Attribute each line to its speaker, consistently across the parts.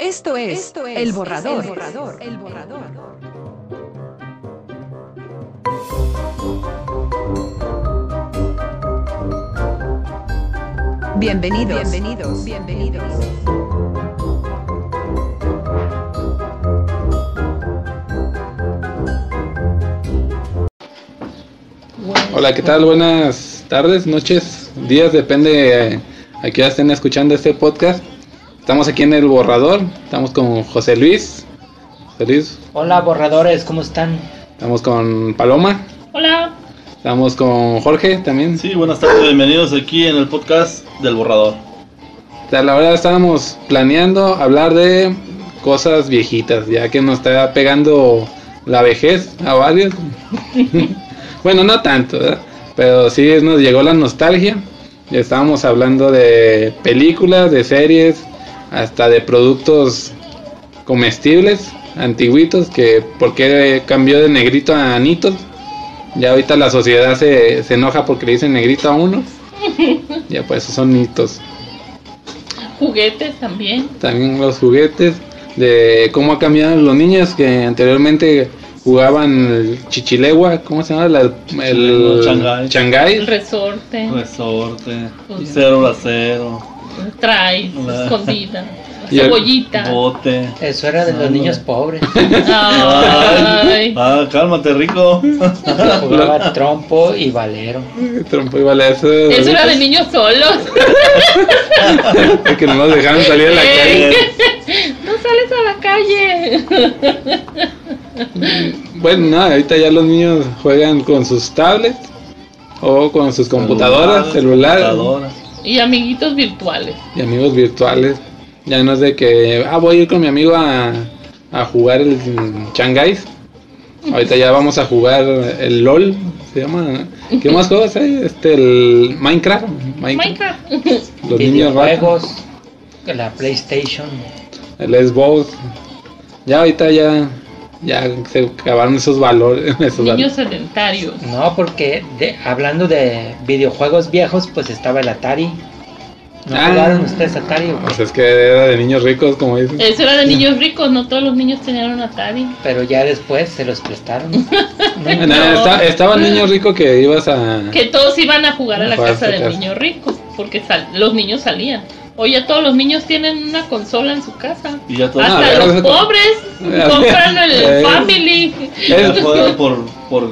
Speaker 1: Esto es,
Speaker 2: Esto es
Speaker 1: el, borrador.
Speaker 2: El borrador.
Speaker 1: El borrador. Bienvenidos. Bienvenidos. Bienvenidos.
Speaker 3: Hola, ¿qué tal? Buenas tardes, noches, días, depende eh, a qué hora estén escuchando este podcast. Estamos aquí en el borrador, estamos con José Luis. José Luis,
Speaker 4: Hola borradores, ¿cómo están?
Speaker 3: estamos con Paloma,
Speaker 5: Hola,
Speaker 3: estamos con Jorge también.
Speaker 6: Sí, buenas tardes, bienvenidos aquí en el podcast del borrador.
Speaker 3: O sea, La verdad estábamos planeando hablar de cosas viejitas, ya que nos está pegando la vejez a varios. bueno, no tanto, ¿verdad? Pero sí nos llegó la nostalgia. Y estábamos hablando de películas, de series, hasta de productos comestibles, antiguitos, que por qué cambió de negrito a anitos. Ya ahorita la sociedad se, se enoja porque le dicen negrito a uno. Ya pues esos son nitos
Speaker 5: juguetes también.
Speaker 3: también los juguetes, de cómo ha cambiado los niños que anteriormente jugaban el chichilegua, ¿cómo se llama? La- el
Speaker 6: Chichilegua, Shanghai.
Speaker 5: El
Speaker 3: Shanghai,
Speaker 5: resorte,
Speaker 6: Resorte, cero bracero,
Speaker 5: traes,
Speaker 6: Hola.
Speaker 5: escondida,
Speaker 3: Y el
Speaker 5: cebollita.
Speaker 6: bote.
Speaker 4: Eso era de los
Speaker 6: Ah,
Speaker 4: niños
Speaker 6: no.
Speaker 4: pobres.
Speaker 5: Ay,
Speaker 6: Ah, cálmate, rico.
Speaker 4: Jugaba trompo y valero.
Speaker 3: trompo y bala, eso,
Speaker 5: Eso era de niños solos.
Speaker 3: que no nos dejaron salir a la
Speaker 5: Ey.
Speaker 3: calle.
Speaker 5: No sales a la calle.
Speaker 3: Bueno, no, ahorita ya los niños juegan con sus tablets o con sus computadoras,
Speaker 6: Celulares,
Speaker 3: celulares
Speaker 6: computadoras.
Speaker 5: Y amiguitos virtuales.
Speaker 3: y amigos virtuales. Ya no es de que, ah, voy a ir con mi amigo a, a jugar el Shanghai. Ahorita ya vamos a jugar el LOL, se llama. ¿Qué más juegos hay? Este, el Minecraft.
Speaker 5: Minecraft.
Speaker 3: Los niños ratos.
Speaker 4: Videojuegos, la PlayStation.
Speaker 3: El Xbox. Ya ahorita ya, ya se acabaron esos valores. Esos
Speaker 5: Niños
Speaker 3: valores.
Speaker 5: sedentarios.
Speaker 4: No, porque de- hablando de videojuegos viejos, pues estaba el Atari. ¿No
Speaker 3: Ah.
Speaker 4: jugaron ustedes Atari? o qué?
Speaker 3: O sea, es que era de niños ricos, como dicen.
Speaker 5: Eso era de niños ricos, no todos los niños tenían un Atari.
Speaker 4: Pero ya después se los prestaron. No,
Speaker 3: No, esta- estaba el niño rico que ibas a.
Speaker 5: Que todos iban a jugar a la
Speaker 3: Jugar a
Speaker 5: casa
Speaker 3: su
Speaker 5: del
Speaker 3: casa.
Speaker 5: niño rico, porque sal- los niños salían. Oye, todos los niños tienen una consola en su casa.
Speaker 6: Y ya todos
Speaker 3: Ah,
Speaker 5: Hasta
Speaker 3: pero-
Speaker 5: los pobres compran
Speaker 3: Eh.
Speaker 5: el Family.
Speaker 6: ya juegan por, por,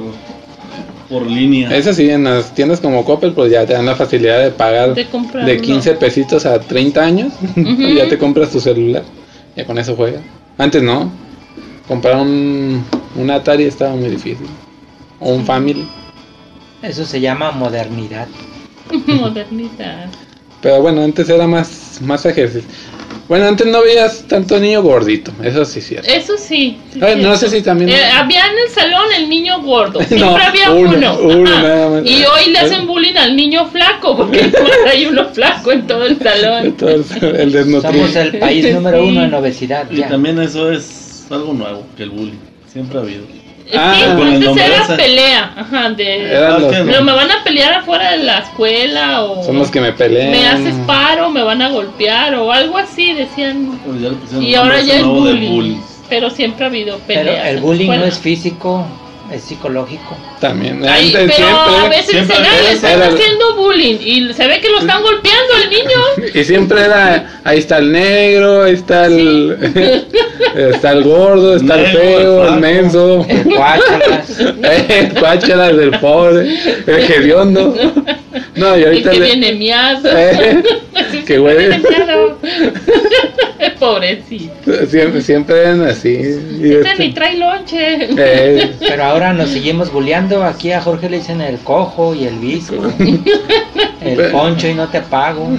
Speaker 6: por línea.
Speaker 3: Eso sí, en las tiendas como Coppel, pues ya te dan la facilidad de pagar
Speaker 5: De comprar
Speaker 3: de
Speaker 5: uno.
Speaker 3: 15 pesitos a 30 años y ya te compras tu celular. Ya con eso juegas. Antes no. Comprar un, un Atari estaba muy difícil. O un Family.
Speaker 4: Eso se llama modernidad.
Speaker 5: Modernidad.
Speaker 3: Pero bueno, antes era más, más ejercicio. Bueno, antes no veías tanto niño gordito. Eso sí es cierto.
Speaker 5: Eso sí. sí
Speaker 3: Ay, Ah, no
Speaker 5: cierto.
Speaker 3: sé si también-
Speaker 5: Eh, había en el salón el niño gordo. Eh, Siempre
Speaker 3: No,
Speaker 5: había
Speaker 3: uno,
Speaker 5: uno.
Speaker 3: uno
Speaker 5: Ajá.
Speaker 3: nada más.
Speaker 5: Y hoy le hacen bullying al niño flaco porque pues, hay uno flaco en todo el salón.
Speaker 3: Entonces, el desnutrido.
Speaker 4: Somos el país número
Speaker 5: Sí.
Speaker 4: uno en obesidad.
Speaker 6: Y
Speaker 4: ya.
Speaker 6: también eso es algo nuevo, que el bullying. Siempre ha habido.
Speaker 3: Ah,
Speaker 5: sí,
Speaker 6: con el
Speaker 5: antes
Speaker 6: nombre
Speaker 5: era
Speaker 6: ese.
Speaker 5: pelea. Ajá, de.
Speaker 3: Eran
Speaker 6: Ah,
Speaker 3: los-
Speaker 6: que
Speaker 5: Pero me van a pelear afuera de la escuela o.
Speaker 3: son los que me pelean.
Speaker 5: me haces paro, me van a golpear o algo así, decían.
Speaker 6: Pero Pues ya le pusieron
Speaker 5: Y
Speaker 6: el nombre
Speaker 5: ahora
Speaker 6: ese
Speaker 5: ya es
Speaker 6: nuevo del
Speaker 5: bullying. Pero siempre ha habido
Speaker 4: Pero
Speaker 5: peleas. en
Speaker 4: el
Speaker 5: la
Speaker 4: bullying no
Speaker 5: escuela.
Speaker 4: es físico, es psicológico.
Speaker 3: También.
Speaker 5: Ay,
Speaker 3: Antes
Speaker 5: pero a
Speaker 3: siempre-
Speaker 5: veces
Speaker 6: siempre
Speaker 5: era,
Speaker 6: había-
Speaker 5: le están
Speaker 3: era-
Speaker 5: haciendo bullying y se ve que lo están golpeando al niño.
Speaker 3: Y siempre era, ahí está el negro, ahí está el, está el gordo, está el
Speaker 6: Negro,
Speaker 3: feo, el
Speaker 6: flaco.
Speaker 3: menso,
Speaker 4: El guáchalas.
Speaker 3: el guáchalas, el pobre, el hediondo. No, y
Speaker 5: El
Speaker 3: ahorita
Speaker 5: que
Speaker 3: le-
Speaker 5: viene miado.
Speaker 3: eh, que huele.
Speaker 5: Pobrecito.
Speaker 3: siempre, siempre eran así. y
Speaker 5: Este
Speaker 3: este-
Speaker 5: ni trae lonche.
Speaker 3: eh,
Speaker 4: Pero ahora nos seguimos bulleando. Aquí a Jorge le dicen el cojo y el visco. El poncho y no te pago.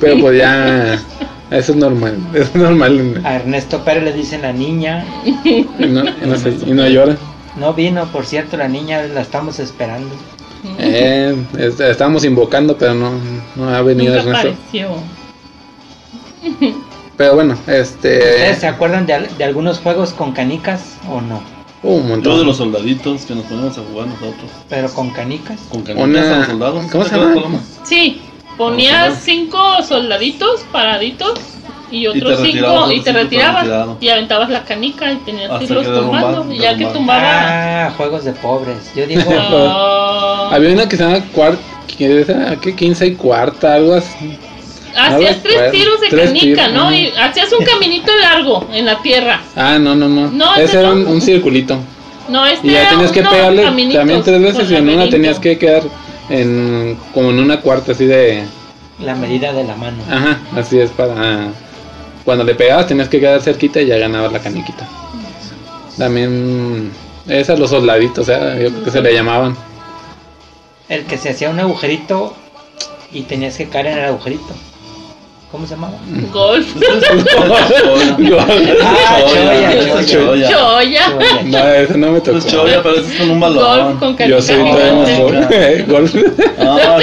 Speaker 3: pero pues ya, eso es normal, eso es normal.
Speaker 4: A Ernesto Pérez le dicen la niña.
Speaker 3: Y no, y no se- y no llora.
Speaker 4: No vino, por cierto, la niña la estamos esperando.
Speaker 3: Eh, es- estábamos invocando, pero no, no ha venido
Speaker 5: Nunca
Speaker 3: Ernesto.
Speaker 5: apareció.
Speaker 3: Pero bueno, este...
Speaker 4: ¿Ustedes se acuerdan de, al- de algunos juegos con canicas o no?
Speaker 3: Un montón.
Speaker 6: Yo de los soldaditos que nos ponemos a jugar nosotros.
Speaker 4: Pero con canicas.
Speaker 6: Con canicas
Speaker 3: Una-
Speaker 6: a los soldados.
Speaker 3: ¿Cómo
Speaker 6: ¿Te
Speaker 3: se
Speaker 6: acuerdas,
Speaker 3: llama?
Speaker 6: Paloma?
Speaker 5: Sí,
Speaker 6: Vamos a
Speaker 5: ponía
Speaker 6: ver.
Speaker 5: cinco soldaditos paraditos y
Speaker 6: te
Speaker 5: otros
Speaker 6: retirabas,
Speaker 5: cinco
Speaker 6: otros
Speaker 5: y te
Speaker 6: cinco te
Speaker 5: retirabas
Speaker 6: retirabas.
Speaker 5: y aventabas la canica y tenías
Speaker 6: Hasta
Speaker 5: que
Speaker 6: que
Speaker 5: irlos
Speaker 6: derrumba-
Speaker 5: tumbando y ya que
Speaker 6: derrumbaba.
Speaker 5: tumbaba
Speaker 4: Ah, juegos de pobres. Yo digo,
Speaker 5: Ah.
Speaker 3: Había una que se llama cuar- que era- ¿qué? 15 y cuarta, algo así.
Speaker 5: hacías
Speaker 3: no
Speaker 5: tres
Speaker 3: recuerdo.
Speaker 5: tiros de
Speaker 3: Tres
Speaker 5: canica
Speaker 3: tiros,
Speaker 5: no
Speaker 3: ajá.
Speaker 5: y hacías un caminito largo en la tierra
Speaker 3: Ah, no, no, no.
Speaker 5: No, ese
Speaker 3: Ese era
Speaker 5: no.
Speaker 3: un, un circulito.
Speaker 5: no este
Speaker 3: Y ya
Speaker 5: era
Speaker 3: tenías que
Speaker 5: uno-
Speaker 3: pegarle
Speaker 5: caminitos
Speaker 3: también tres veces
Speaker 5: con
Speaker 3: y en una
Speaker 5: laberinto.
Speaker 3: tenías que quedar en como en una cuarta así de...
Speaker 4: la medida de la mano.
Speaker 3: Ajá, así es para... ah, Cuando le pegabas tenías que quedar cerquita y ya ganabas la caniquita. También... Esas los soldaditos, o sea, yo creo que se le llamaban.
Speaker 4: El que se hacía un agujerito y tenías que caer en el agujerito. ¿Cómo se llamaba?
Speaker 5: golf
Speaker 4: Ah,
Speaker 6: Choya,
Speaker 4: choya, choya.
Speaker 6: choya.
Speaker 5: choya
Speaker 3: No, eso no me tocó.
Speaker 6: Pues choya, pero eso es con un balón.
Speaker 5: golf con canica
Speaker 3: Yo soy todavía más
Speaker 5: gigante.
Speaker 3: pobre. Golf.
Speaker 6: Ah,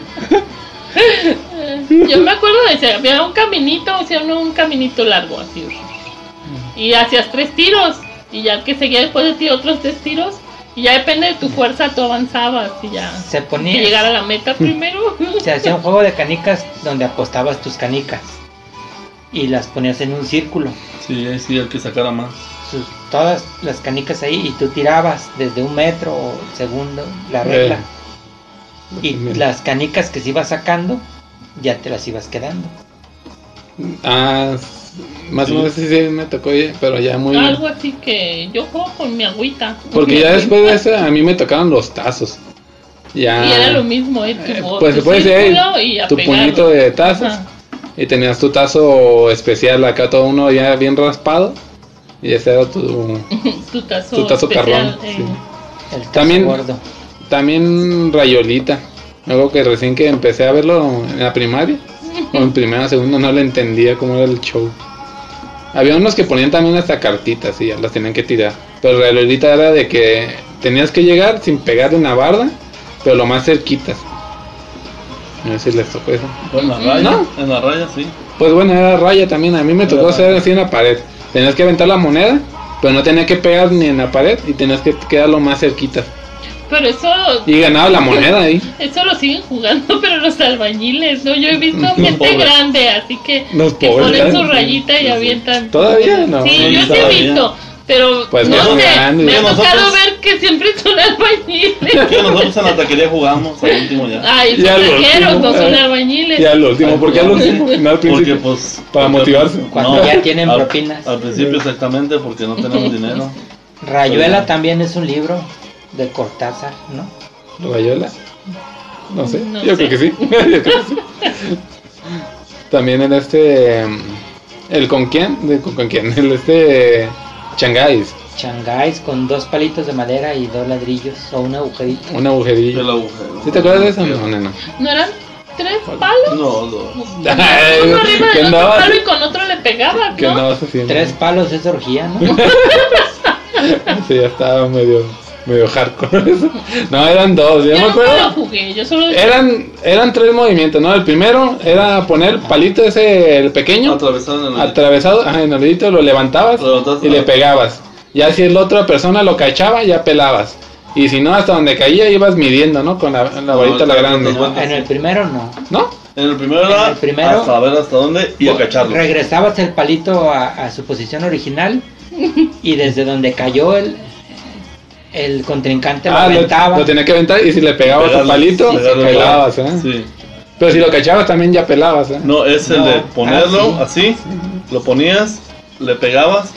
Speaker 5: Eh, Yo me acuerdo de ese, había un caminito, o sea, uno- un caminito largo así. Y hacías tres tiros. Y ya que seguía después de ti otros tres tiros. Y ya depende de tu fuerza, tú avanzabas y ya.
Speaker 4: Se
Speaker 5: Que
Speaker 4: ponía.
Speaker 5: llegar a la meta primero.
Speaker 4: Se hacía un juego de canicas donde apostabas tus canicas y las ponías en un círculo.
Speaker 6: sí, ahí sí, el que sacara más.
Speaker 4: Sus- todas las canicas ahí y tú tirabas desde un metro o segundo la regla.
Speaker 3: Eh.
Speaker 4: Y las canicas que se iba sacando ya te las ibas quedando.
Speaker 3: Ah, s- más o menos sí, sí, me tocó, oye, pero ya muy...
Speaker 5: Algo así que yo juego con mi agüita.
Speaker 3: Porque ya después de eso a mí me tocaban los tazos. Ya...
Speaker 5: Y era lo mismo, ¿eh? Tu,
Speaker 3: Eh,
Speaker 5: bo-
Speaker 3: pues
Speaker 5: tu
Speaker 3: se puede decir
Speaker 5: círculo y a
Speaker 3: tu
Speaker 5: pegarlo.
Speaker 3: puñito de tazas
Speaker 5: Ajá.
Speaker 3: y tenías tu tazo especial acá todo uno ya bien raspado y ese era tu
Speaker 5: Tu tazo,
Speaker 3: Tu tazo
Speaker 5: especial,
Speaker 3: carrón,
Speaker 5: eh,
Speaker 3: sí.
Speaker 4: El tazo
Speaker 3: También-
Speaker 4: gordo.
Speaker 3: también rayolita algo que recién que empecé a verlo en la primaria o en primera segunda no le entendía cómo era el show había unos que ponían también hasta cartitas y ya las tenían que tirar pero rayolita era de que tenías que llegar sin pegar en la barda pero lo más cerquitas no sé si les tocó eso
Speaker 6: En
Speaker 5: Mm,
Speaker 6: la raya,
Speaker 3: ¿No?
Speaker 6: en la raya, sí.
Speaker 3: Pues bueno, era raya también. A mí me
Speaker 6: Era
Speaker 3: tocó
Speaker 6: raya.
Speaker 3: hacer así en la pared. Tenías que aventar la moneda, pero no tenías que pegar ni en la pared y tenías que quedar lo más cerquita.
Speaker 5: Pero eso
Speaker 3: Y ganaba la moneda ahí.
Speaker 5: Eso lo siguen jugando, pero los albañiles, ¿no? Yo he visto gente
Speaker 6: pobres.
Speaker 5: grande, así que,
Speaker 3: Los
Speaker 5: que
Speaker 3: pobres,
Speaker 5: ponen su
Speaker 3: ¿verdad?
Speaker 5: rayita y
Speaker 6: Sí, sí.
Speaker 5: avientan.
Speaker 3: ¿Todavía? No,
Speaker 5: Sí,
Speaker 6: no,
Speaker 5: yo sí he
Speaker 6: todavía.
Speaker 5: visto, pero
Speaker 3: Pues
Speaker 5: no
Speaker 6: que son
Speaker 5: sé,
Speaker 3: grandes.
Speaker 5: me ha
Speaker 6: Que nosotros-
Speaker 5: tocado ver que siempre son albañiles.
Speaker 6: Que nosotros en la taquería jugamos al último ya.
Speaker 5: Ay, son
Speaker 3: Ya lo
Speaker 5: taqueros, no
Speaker 3: último,
Speaker 5: son
Speaker 3: eh.
Speaker 5: albañiles.
Speaker 3: Y al último, ¿por qué al último? No al
Speaker 6: Porque
Speaker 3: principio.
Speaker 6: pues...
Speaker 3: Para
Speaker 6: porque-
Speaker 3: motivarse.
Speaker 4: Cuando ya tienen
Speaker 6: al-
Speaker 4: propinas.
Speaker 6: Al principio exactamente, porque no tenemos dinero.
Speaker 4: Rayuela
Speaker 6: Oye.
Speaker 4: también es un libro de Cortázar, ¿no?
Speaker 3: ¿Rayola? No sé.
Speaker 5: No
Speaker 3: Yo creo
Speaker 5: sé.
Speaker 3: que sí. Yo creo que sí. También en este. mm, El con quién. de- con, con quién. El este. Changáis.
Speaker 4: Changáis con dos palitos de madera y dos ladrillos o un agujerito.
Speaker 3: Un agujerillo.
Speaker 6: El agujero.
Speaker 3: ¿Sí te acuerdas de eso? No, no, no.
Speaker 5: ¿No eran tres palos?
Speaker 6: No, no.
Speaker 5: Uno arriba
Speaker 3: ¿Qué
Speaker 5: del otro
Speaker 3: andabas?
Speaker 5: palo y con otro le pegabas,
Speaker 3: ¿Qué
Speaker 5: ¿no?
Speaker 3: andabas haciendo?
Speaker 4: Tres palos es orgía, ¿no?
Speaker 3: Sí, ya estaba medio, medio hardcore eso. No, eran dos, yo
Speaker 5: Yo
Speaker 3: me
Speaker 5: nunca lo
Speaker 3: acuerdo.
Speaker 5: jugué, yo solo...
Speaker 3: Eran, eran tres movimientos, ¿no? El primero era poner el palito ese, el pequeño,
Speaker 6: Atravesaron el
Speaker 3: atravesado, ajá, en el dedito, lo levantabas
Speaker 6: Lo levantabas,
Speaker 3: y le
Speaker 6: ah.
Speaker 3: pegabas. Ya si la otra persona lo cachaba, ya pelabas. Y si no, hasta donde caía ibas midiendo, ¿no? Con la, la
Speaker 6: No,
Speaker 3: varita la
Speaker 6: claro,
Speaker 3: grande.
Speaker 6: pues, no.
Speaker 4: En el primero no.
Speaker 3: ¿No?
Speaker 6: En el primero
Speaker 4: En
Speaker 6: era
Speaker 4: el primero-
Speaker 6: hasta ver hasta dónde y a cacharlo.
Speaker 4: Pues, Regresabas el palito a, a su posición original y desde donde cayó el, el contrincante lo
Speaker 3: Ah, lo,
Speaker 4: aventaba.
Speaker 3: lo tenía que aventar y si le pegabas al
Speaker 6: Pegarle,
Speaker 3: palito,
Speaker 6: sí, pegarle,
Speaker 3: pelabas, ¿eh?
Speaker 6: Sí.
Speaker 3: Pero si lo cachabas también ya pelabas, ¿eh?
Speaker 6: No, es el
Speaker 4: No,
Speaker 6: de ponerlo
Speaker 4: ah,
Speaker 6: así, lo ponías, le pegabas,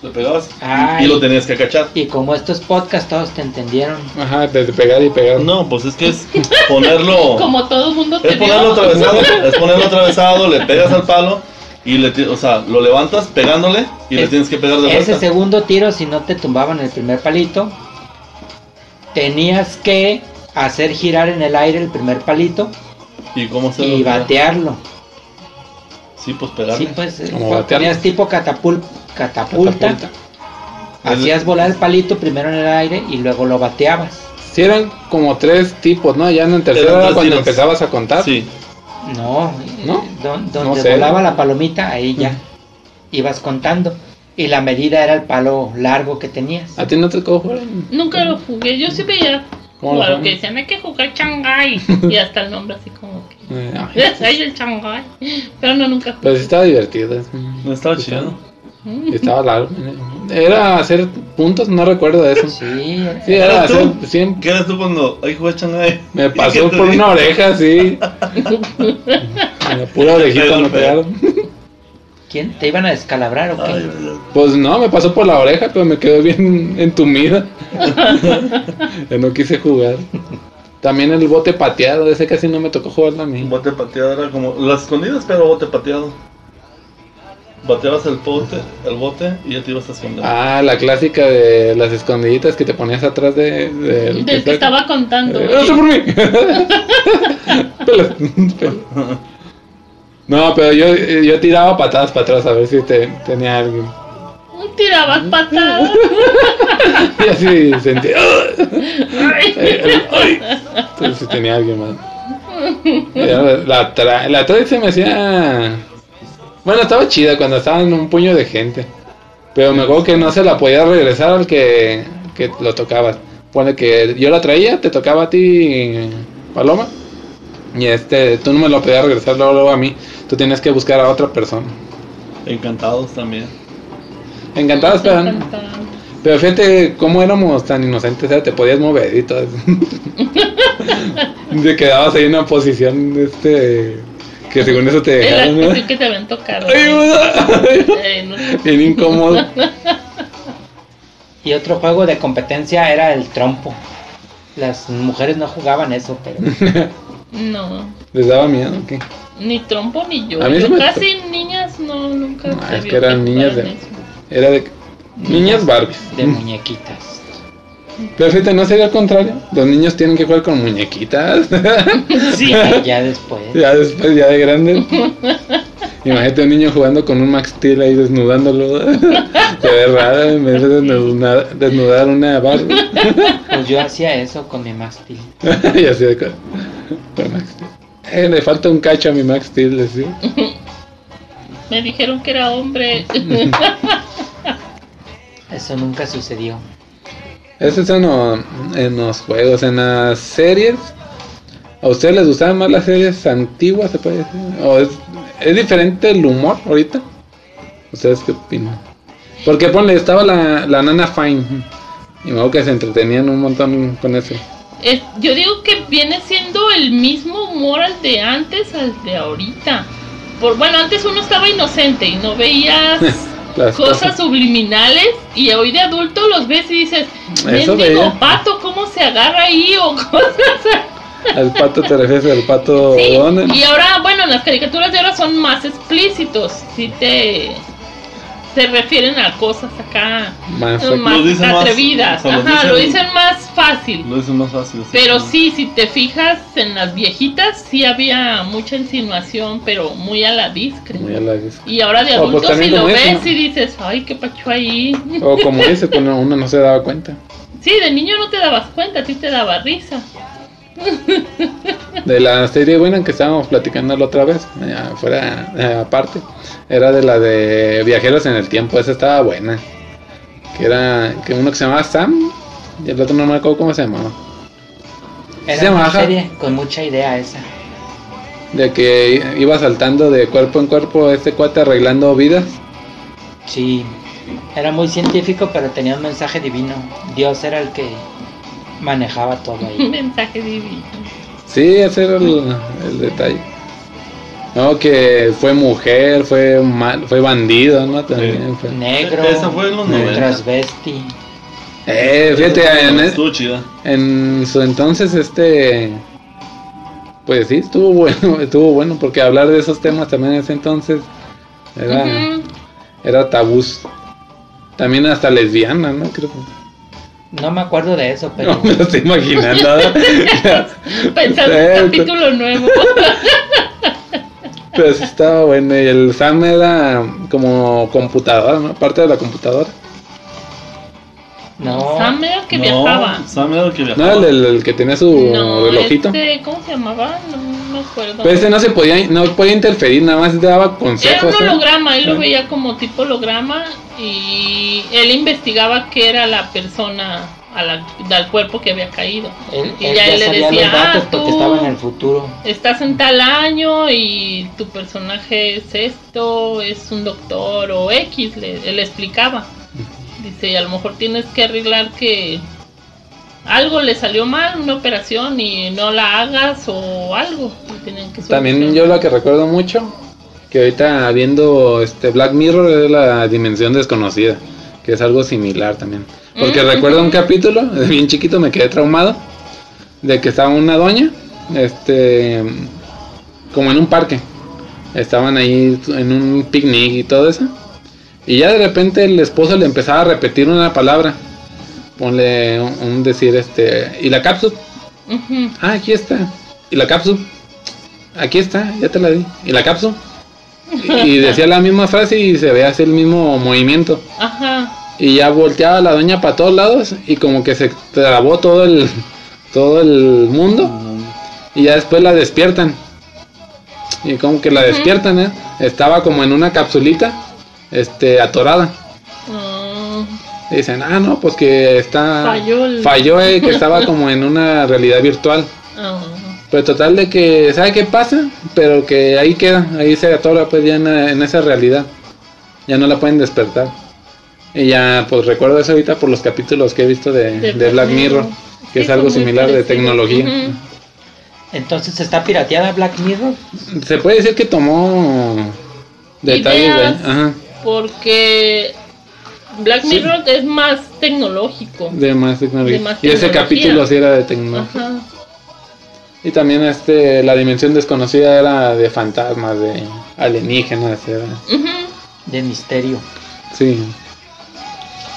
Speaker 6: le pegabas
Speaker 4: Ay.
Speaker 6: y lo tenías que cachar.
Speaker 4: Y como estos podcasts todos te entendieron.
Speaker 3: Ajá, desde pegar y pegar.
Speaker 6: No, pues es que es ponerlo.
Speaker 5: Como todo mundo
Speaker 6: es
Speaker 5: tenía
Speaker 6: ponerlo
Speaker 5: otro-
Speaker 6: atravesado, es ponerlo atravesado, le pegas al palo y le ti- o sea, lo levantas pegándole y le
Speaker 4: Es-
Speaker 6: tienes que pegar de
Speaker 4: Ese
Speaker 6: vuelta.
Speaker 4: segundo tiro, si no te tumbaban el primer palito, tenías que hacer girar en el aire el primer palito
Speaker 6: ¿Y cómo se
Speaker 4: y
Speaker 6: lo pega?
Speaker 4: batearlo.
Speaker 6: Sí, pues pegarle.
Speaker 4: Sí, pues eh,
Speaker 3: Como
Speaker 4: po-
Speaker 3: batearlo.
Speaker 4: ponías tipo catapul- catapulta,
Speaker 3: Catapulta.
Speaker 4: hacías volar el palito primero en el aire y luego lo bateabas.
Speaker 3: Sí, eran como tres tipos, ¿no? Ya en el tercero
Speaker 6: Eran
Speaker 3: era
Speaker 6: tres
Speaker 3: cuando
Speaker 6: tiros.
Speaker 3: empezabas a contar.
Speaker 6: Sí,
Speaker 4: No,
Speaker 3: ¿No?
Speaker 4: eh, don-
Speaker 3: No
Speaker 4: donde
Speaker 3: sé. Mm.
Speaker 4: volaba la palomita, ahí ya
Speaker 3: Ujú.
Speaker 4: ibas contando. Y la medida era el palo largo que tenías.
Speaker 3: ¿A ti no te tocó jugar?
Speaker 5: Nunca lo jugué, yo sí veía
Speaker 3: ¿Cómo lo
Speaker 5: jugar,
Speaker 3: juegan?
Speaker 5: que decían hay que jugar Shanghai y hasta el nombre así como que
Speaker 3: Eh, ay,
Speaker 5: Ahí el Shanghai. Pero no, nunca jugué.
Speaker 3: Pero Pues sí estaba divertido.
Speaker 6: No estaba chido.
Speaker 3: Estaba largo. Era hacer puntos, no recuerdo de eso.
Speaker 4: Sí, eh,
Speaker 3: Sí, era
Speaker 6: ¿Eras tú?
Speaker 3: hacer siempre.
Speaker 6: ¿Qué eras tú cuando ahí jugué Shanghai?
Speaker 3: Me
Speaker 6: ¿Y
Speaker 3: pasó
Speaker 6: qué te
Speaker 3: por
Speaker 6: dijo?
Speaker 3: una oreja, sí. En la pura orejita me pegaron.
Speaker 4: ¿quién? ¿Te iban a descalabrar o qué?
Speaker 6: Ay, verdad.
Speaker 3: Pues no, me pasó por la oreja, pero me quedó bien entumida. Yo no quise jugar. También el bote pateado, ese casi no me tocó jugarlo a mí.
Speaker 6: Bote pateado era como las escondidas, pero bote pateado. Bateabas el bote, el bote y ya te ibas a esconder.
Speaker 3: Ah, la clásica de las escondiditas que te ponías atrás de, del
Speaker 5: Del que
Speaker 3: está-
Speaker 5: estaba contando.
Speaker 3: Eh,
Speaker 5: güey.
Speaker 3: ¡No sé por mí! Pelas, pelas. no, pero yo, yo tiraba patadas para atrás a ver si te, tenía alguien.
Speaker 5: Tirabas patadas.
Speaker 3: Eh, Y así sentí. ¡ah!
Speaker 5: Ay.
Speaker 3: eh, Entonces sí tenía alguien más. Era La, la, tra- la track se me hacía. Bueno, estaba chida cuando estaba en un puño de gente. Pero me acuerdo que no se la podía regresar al que, que lo tocabas. Pone que yo la traía, te tocaba a ti, Paloma. Y este, tú no me lo podías regresar luego, luego a mí. Tú tienes que buscar a otra persona.
Speaker 6: Encantados también.
Speaker 3: Encantadas, pero, pero fíjate cómo éramos tan inocentes. o sea, te podías mover y todo. eso. te quedabas ahí en una posición este, que según eso te
Speaker 5: Es la
Speaker 3: dejaron. ¿no?
Speaker 5: actitud que te habían tocado. güey.
Speaker 3: Ayuda.
Speaker 5: Eh, no sé.
Speaker 3: Bien incómodo.
Speaker 4: Y otro juego de competencia era el trompo. Las mujeres no jugaban eso, pero
Speaker 5: No.
Speaker 3: ¿Les daba miedo? o ¿Qué?
Speaker 5: Ni trompo ni yo.
Speaker 3: A mí
Speaker 5: Yo
Speaker 3: se me-
Speaker 5: casi niñas no, nunca.
Speaker 3: No,
Speaker 5: se
Speaker 3: es
Speaker 5: vio
Speaker 3: que eran niñas
Speaker 5: jugaran
Speaker 3: de-
Speaker 5: eso.
Speaker 3: Era de niñas Barbies.
Speaker 4: de muñequitas.
Speaker 3: Pero fíjate, ¿no sería al contrario? Los niños tienen que jugar con muñequitas.
Speaker 4: Sí, ya- ya después.
Speaker 3: ya después, ya de grandes. Imagínate un niño jugando con un Max Steel ahí desnudándolo. Se ve raro en vez de desnudar, desnudar una Barbie.
Speaker 4: Pues yo hacía eso con mi mástil.
Speaker 3: y así de co- con Max Steel. Eh, le falta un cacho a mi Max Steel, decía.
Speaker 5: Me dijeron que era hombre.
Speaker 4: Eso nunca sucedió.
Speaker 3: Eso es en, lo- en los juegos, en las series. ¿A ustedes les gustaban más las series antiguas, se puede decir? ¿O es, es diferente el humor ahorita? ¿Ustedes qué opinan? Porque ponle, estaba la, la nana Fine. Y me acuerdo que se entretenían un montón con eso.
Speaker 5: Es- yo digo que viene siendo el mismo humor al de antes, al de ahorita. Por, bueno, antes uno estaba inocente y no veías
Speaker 3: Las
Speaker 5: cosas subliminales y hoy de adulto los ves y dices,
Speaker 3: Eso
Speaker 5: mendigo
Speaker 3: veía.
Speaker 5: pato, ¿cómo se agarra ahí? O cosas
Speaker 3: Al pato te refieres al pato
Speaker 5: así.
Speaker 3: Donald.
Speaker 5: Y ahora, bueno, las caricaturas de ahora son más explícitos. Si te se refieren a cosas acá
Speaker 3: Más
Speaker 5: eh, más
Speaker 6: Lo dicen más-
Speaker 5: atrevidas.
Speaker 6: o sea, lo
Speaker 5: Ajá, lo
Speaker 6: dicen-
Speaker 5: dicen más fácil.
Speaker 6: Lo hice más fácil. así
Speaker 5: Pero
Speaker 6: como-
Speaker 5: sí, si te fijas en las viejitas, sí había mucha insinuación, pero muy a la discre.
Speaker 3: Muy a la vez.
Speaker 5: Y ahora de
Speaker 3: Ah, pues
Speaker 5: adulto, si
Speaker 3: también
Speaker 5: lo
Speaker 3: como
Speaker 5: ves
Speaker 3: ese, ¿no?
Speaker 5: y dices, ay, qué pacho ahí.
Speaker 3: O como dice, pues no, uno no se daba cuenta
Speaker 5: Sí, de niño no te dabas cuenta, a ti te daba risa.
Speaker 3: De la serie buena que estábamos platicando la otra vez, eh, fuera eh, aparte, era de la de Viajeros en el Tiempo, esa estaba buena. Que era que uno que se llamaba Sam y el otro no me acuerdo cómo se llamaba.
Speaker 4: Era
Speaker 3: Se
Speaker 4: una
Speaker 3: baja.
Speaker 4: serie con mucha idea esa.
Speaker 3: De que iba saltando de cuerpo en cuerpo este cuate arreglando vidas.
Speaker 4: Sí, era muy científico, pero tenía un mensaje divino. Dios era el que manejaba todo
Speaker 5: Un
Speaker 4: ahí.
Speaker 5: mensaje divino.
Speaker 3: Sí, ese era el, el detalle. No, que fue mujer, fue mal, fue bandido, ¿no? También fue.
Speaker 4: Pues Negro,
Speaker 6: Esa fue en los 90.
Speaker 4: transvesti.
Speaker 3: Eh, fíjate, en,
Speaker 6: Estuvo chida.
Speaker 3: En su entonces, este. Pues sí, estuvo bueno, estuvo bueno, porque hablar de esos temas también en ese entonces era,
Speaker 5: Ujú.
Speaker 3: era tabús. También hasta lesbiana, ¿no? Creo.
Speaker 4: No me acuerdo de eso, pero
Speaker 3: No me lo estoy imaginando.
Speaker 5: Pensando en
Speaker 3: Cierto.
Speaker 5: un capítulo nuevo.
Speaker 3: Pero sí estaba bueno. Y el Sam era como computadora, ¿no? Parte de la computadora.
Speaker 4: no.
Speaker 5: Sam era el que
Speaker 6: no,
Speaker 5: viajaba.
Speaker 6: Sam era el que
Speaker 3: No,
Speaker 6: viajaba.
Speaker 3: el, el- el que tenía su
Speaker 5: No,
Speaker 3: relojito. Pues
Speaker 5: este, ¿cómo se llamaba? No me acuerdo.
Speaker 3: Pero ese no se podía, no podía interferir, nada más daba
Speaker 5: Era
Speaker 3: consejos.
Speaker 5: un
Speaker 3: ¿no?
Speaker 5: holograma, él lo
Speaker 3: Ah.
Speaker 5: veía como tipo holograma y él investigaba qué era la persona a la- al cuerpo que había caído.
Speaker 4: Él,
Speaker 5: Y
Speaker 4: él
Speaker 5: ya
Speaker 4: ya,
Speaker 5: él le
Speaker 4: sabía
Speaker 5: decía,
Speaker 4: los datos
Speaker 5: "Ah,
Speaker 4: porque
Speaker 5: tú".
Speaker 4: estaba en el futuro.
Speaker 5: Estás en tal año y tu personaje es esto, es un doctor o X, le, él le explicaba. Dice, y a lo mejor tienes que arreglar que algo le salió mal, una operación y no la hagas o algo. Y tenían que
Speaker 3: También yo
Speaker 5: solucionar.
Speaker 3: lo que recuerdo mucho, que ahorita viendo este Black Mirror es la dimensión desconocida, que es algo similar también. Porque
Speaker 5: Mm,
Speaker 3: recuerdo un
Speaker 5: ujú.
Speaker 3: capítulo, bien chiquito me quedé traumado, de que estaba una doña, este, como en un parque. Estaban ahí en un picnic y todo eso. Y ya de repente el esposo le empezaba a repetir una palabra. Ponle un, un decir, este, y la cápsula,
Speaker 5: Ujú.
Speaker 3: Ah, aquí está. Y la cápsula. Aquí está, ya te la di. Y la cápsula. Y decía la misma frase y se veía así el mismo movimiento.
Speaker 5: Ajá.
Speaker 3: Y ya volteaba la doña para todos lados y como que se trabó todo el, todo el mundo. Y ya después la despiertan. Y como que la despiertan, ¿eh? Estaba como en una capsulita, este, atorada.
Speaker 5: Mm,
Speaker 3: Y dicen, ah, no, pues que está...
Speaker 5: Falló el-
Speaker 3: Falló, eh, que estaba como en una realidad virtual.
Speaker 5: ah.
Speaker 3: Pues total de que sabe qué pasa, pero que ahí queda, ahí se atora pues ya en, en esa realidad. Ya no la pueden despertar. Y ya pues recuerdo eso ahorita por los capítulos que he visto de,
Speaker 5: De
Speaker 3: de Black Mirror, que
Speaker 5: Sí,
Speaker 3: es algo
Speaker 5: son muy
Speaker 3: similar de
Speaker 5: parecidos.
Speaker 3: tecnología.
Speaker 5: Ujú.
Speaker 4: Entonces está pirateada Black Mirror.
Speaker 3: Se puede decir que tomó detalles de...
Speaker 5: Ideas.
Speaker 3: Ajá,
Speaker 5: Porque Black
Speaker 3: Sí.
Speaker 5: Mirror es más tecnológico.
Speaker 3: de más tecnología.
Speaker 5: De más
Speaker 3: y ese
Speaker 5: tecnología.
Speaker 3: capítulo sí era de tecnología.
Speaker 5: Ajá.
Speaker 3: Y también este la dimensión desconocida era de fantasmas, de alienígenas, era...
Speaker 5: Ujú.
Speaker 4: de misterio.
Speaker 3: Sí.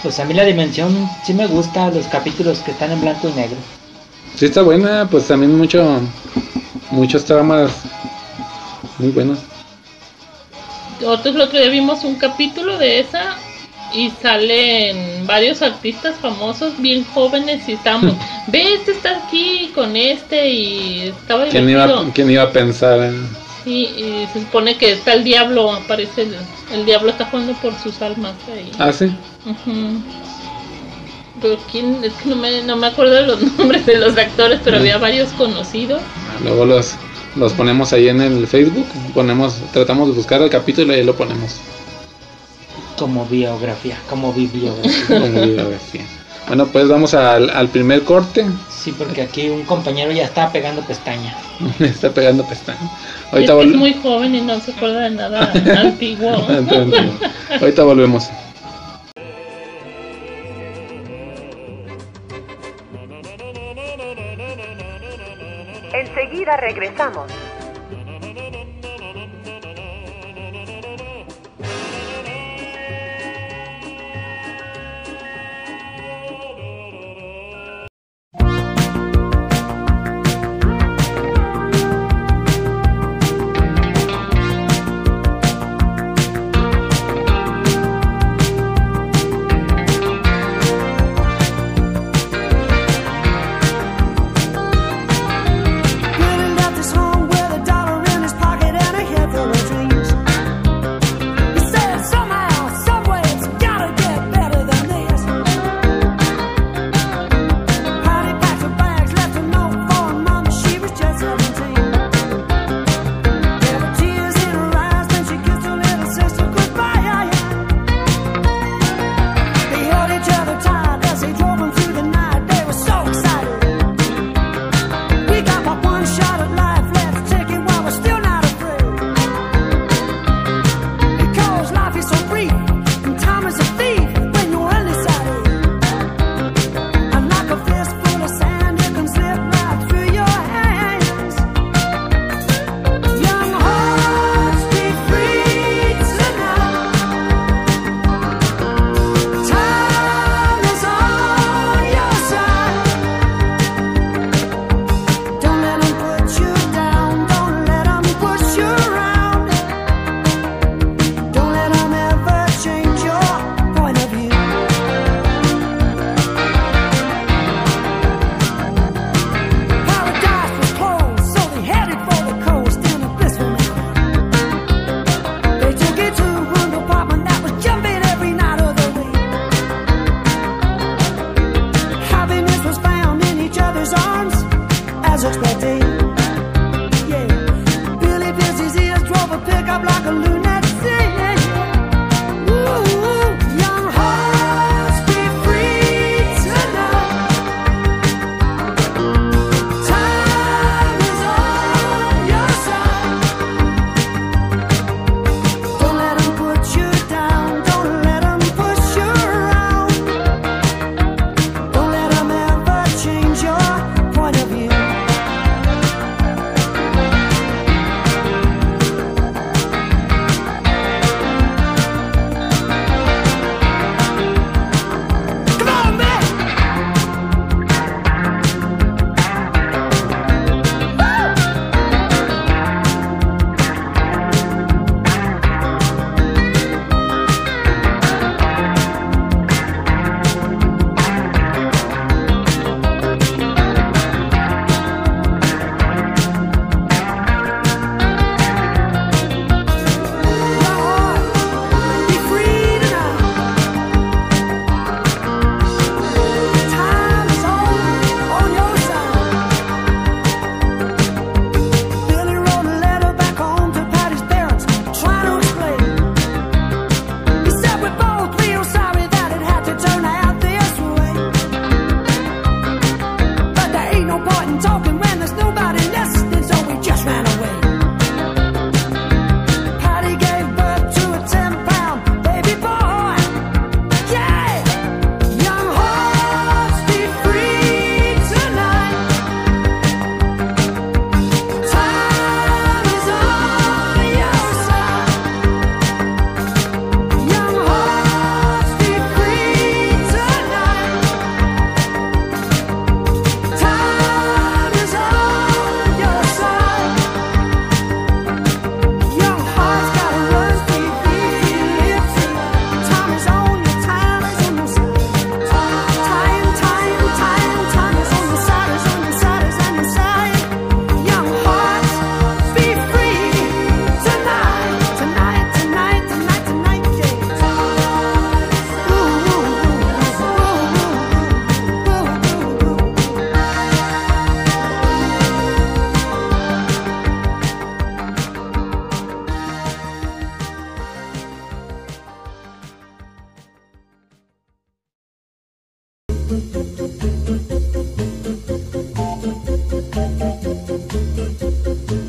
Speaker 4: Pues a mí la dimensión sí me gusta, los capítulos que están en blanco y negro.
Speaker 3: Sí está buena, pues también mucho muchos tramas muy buenos.
Speaker 5: Nosotros el otro día vimos un capítulo de esa y salen varios artistas famosos bien jóvenes y estamos, ve este está aquí con este y estaba
Speaker 3: ¿Quién
Speaker 5: divertido.
Speaker 3: iba, quién iba a pensar? eh?
Speaker 5: Sí, y se supone que está el diablo, aparece el, el diablo está jugando por sus almas ahí.
Speaker 3: Ah, sí.
Speaker 5: Ujú. Pero quién, es que no me, no me acuerdo de los nombres de los actores, pero había varios conocidos.
Speaker 3: Luego los, los ponemos ahí en el Facebook, ponemos, tratamos de buscar el capítulo y ahí lo ponemos.
Speaker 4: Como biografía, como bibliografía.
Speaker 3: como bibliografía. Bueno, pues vamos al, al primer corte.
Speaker 4: Sí, porque aquí un compañero ya está pegando pestaña.
Speaker 3: Me está pegando pestaña.
Speaker 5: Es,
Speaker 3: Ahorita
Speaker 5: que es
Speaker 3: vol-
Speaker 5: muy joven y no se acuerda de nada antiguo.
Speaker 3: Ahorita volvemos.
Speaker 1: Enseguida regresamos.
Speaker 2: Living about this home where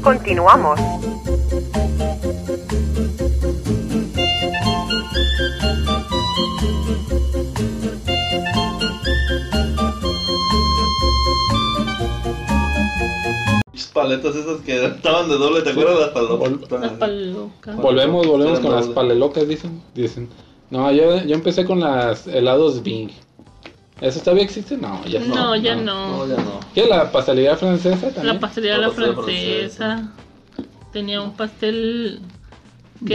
Speaker 2: Continuamos.
Speaker 6: Mis paletas esas que estaban de doble, ¿te acuerdas? Las
Speaker 5: Las
Speaker 6: palotas.
Speaker 5: palocas.
Speaker 3: Volvemos, volvemos con las
Speaker 6: Doble.
Speaker 3: palelocas, dicen. Dicen. No, yo, yo empecé con las helados Bing. ¿Eso todavía existe? No, ya no.
Speaker 5: No, ya
Speaker 6: No,
Speaker 5: no.
Speaker 6: ya no.
Speaker 3: ¿Qué? ¿La pastelería francesa también?
Speaker 5: La pastelería
Speaker 6: La
Speaker 5: la
Speaker 6: pastelera
Speaker 5: francesa. Tenía un pastel que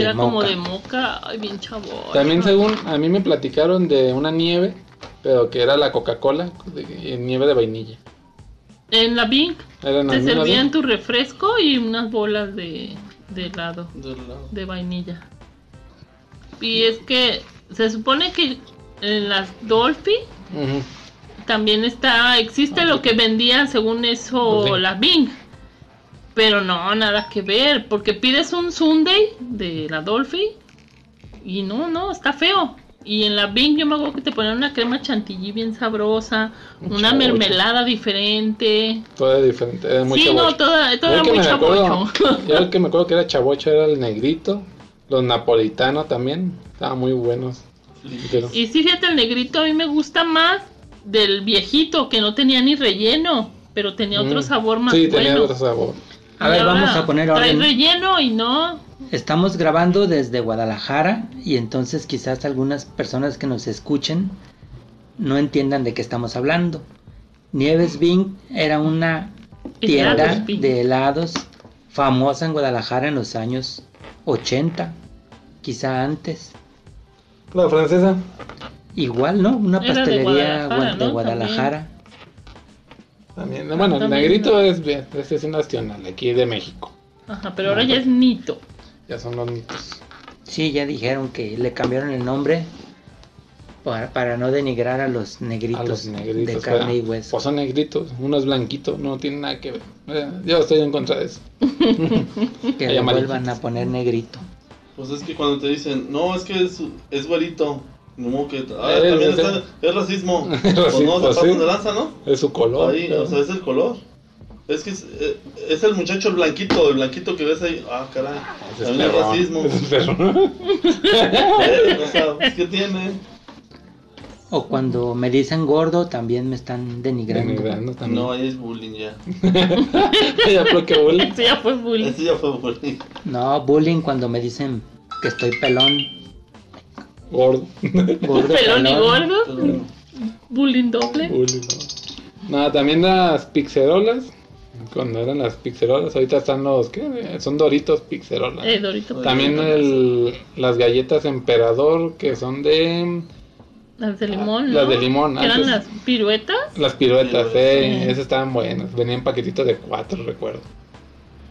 Speaker 4: De
Speaker 5: era como
Speaker 4: moca.
Speaker 5: de moca. Ay, bien chavo.
Speaker 3: También según a mí me platicaron de una nieve, pero que era la Coca-Cola, de- en nieve de vainilla.
Speaker 5: En la Bing
Speaker 3: Era
Speaker 5: te servían tu refresco y unas bolas de, de helado.
Speaker 6: Del lado.
Speaker 5: de vainilla. Y es que se supone que en las Dolphy también está, existe lo que vendían según eso
Speaker 3: Pues sí.
Speaker 5: las Bing. Pero no, nada que ver, porque pides un Sunday de la Dolphy y no, no, está feo. Y en la Bing yo me acuerdo que te ponían una crema chantilly bien sabrosa, una
Speaker 3: Chavocho.
Speaker 5: mermelada diferente.
Speaker 3: Todo diferente, era muy
Speaker 5: sí,
Speaker 3: chavocho.
Speaker 5: no, toda,
Speaker 3: Yo
Speaker 5: toda
Speaker 3: el que
Speaker 5: muy
Speaker 3: me acuerdo,
Speaker 5: chapocho.
Speaker 3: yo el que me acuerdo que era chavocho era el negrito, los napolitanos también, estaban muy buenos. Pero-
Speaker 5: Y sí, fíjate, el negrito a mí me gusta más del viejito que no tenía ni relleno, pero tenía otro
Speaker 3: Mm.
Speaker 5: sabor más
Speaker 3: sí, tenía
Speaker 5: bueno.
Speaker 3: otro sabor.
Speaker 4: A
Speaker 5: Y
Speaker 4: ver,
Speaker 5: ahora
Speaker 4: vamos a poner
Speaker 5: Trae
Speaker 4: orden.
Speaker 5: relleno y no.
Speaker 4: Estamos grabando desde Guadalajara y entonces quizás algunas personas que nos escuchen no entiendan de qué estamos hablando. Nieves Bing era una tienda
Speaker 5: Helados Bing.
Speaker 4: de helados famosa en Guadalajara en los años 80, quizá antes.
Speaker 3: La francesa,
Speaker 4: Igual, ¿no? Una
Speaker 5: Era de
Speaker 4: pastelería
Speaker 5: Guadalajara,
Speaker 4: gua- de
Speaker 5: ¿no?
Speaker 4: Guadalajara.
Speaker 3: también. Bueno, el
Speaker 5: Ah, También,
Speaker 3: negrito
Speaker 5: ¿no?
Speaker 3: es, bien- es, es nacional, aquí de México.
Speaker 5: Ajá, pero ahora ya es nito.
Speaker 3: Ya son los mitos.
Speaker 4: Sí, ya dijeron que le cambiaron el nombre para, para no denigrar a los negritos,
Speaker 3: A ah, los negritos.
Speaker 4: de carne
Speaker 3: ¿verdad?
Speaker 4: y hueso.
Speaker 3: Pues son negritos, uno es blanquito, no tiene nada que ver. Eh, Yo estoy en contra de eso.
Speaker 4: que
Speaker 3: Hay
Speaker 4: le
Speaker 3: amarillitos.
Speaker 4: vuelvan a poner negrito.
Speaker 6: Pues es que cuando te dicen, no, es que es, es güerito. No, modo que. Ah,
Speaker 3: Eh,
Speaker 6: también
Speaker 3: es-
Speaker 6: está- es racismo. pues
Speaker 3: Racismo,
Speaker 6: no, se pasan
Speaker 3: sí.
Speaker 6: de lanza, ¿no?
Speaker 3: Es su color.
Speaker 6: Ahí,
Speaker 3: ¿verdad?
Speaker 6: o sea, es el color. Es que es, eh, es el muchacho el blanquito, el blanquito que ves ahí. Ah, caray.
Speaker 3: Ese es
Speaker 6: También es
Speaker 3: perrón,
Speaker 6: racismo.
Speaker 3: ese es perrón.
Speaker 6: Eh, o sea, pues, ¿qué tiene?
Speaker 4: O cuando me dicen gordo, también me están denigrando.
Speaker 3: Denigrando también.
Speaker 6: No, ahí es bullying ya.
Speaker 3: ya porque bullying.
Speaker 5: Eso ya fue bullying.
Speaker 6: Ese ya fue bullying.
Speaker 4: No, bullying cuando me dicen que estoy pelón.
Speaker 3: Gordo.
Speaker 4: gordo,
Speaker 5: Pelón y
Speaker 4: pelón.
Speaker 5: gordo.
Speaker 6: Pero bueno,
Speaker 5: Bullying doble.
Speaker 3: Bullying, no. No, también las pixerolas. Cuando eran las pixerolas, ahorita están los. ¿Qué? Son doritos pixerolas.
Speaker 5: Eh, Dorito.
Speaker 3: también el- las galletas emperador, que son de.
Speaker 5: Las de limón.
Speaker 3: Las
Speaker 5: ¿no?
Speaker 3: de limón,
Speaker 5: Que Eran
Speaker 3: antes.
Speaker 5: las piruetas,
Speaker 3: Las piruetas,
Speaker 6: Sí.
Speaker 3: eh. Esas estaban buenas. Venían paquetitos de cuatro, recuerdo.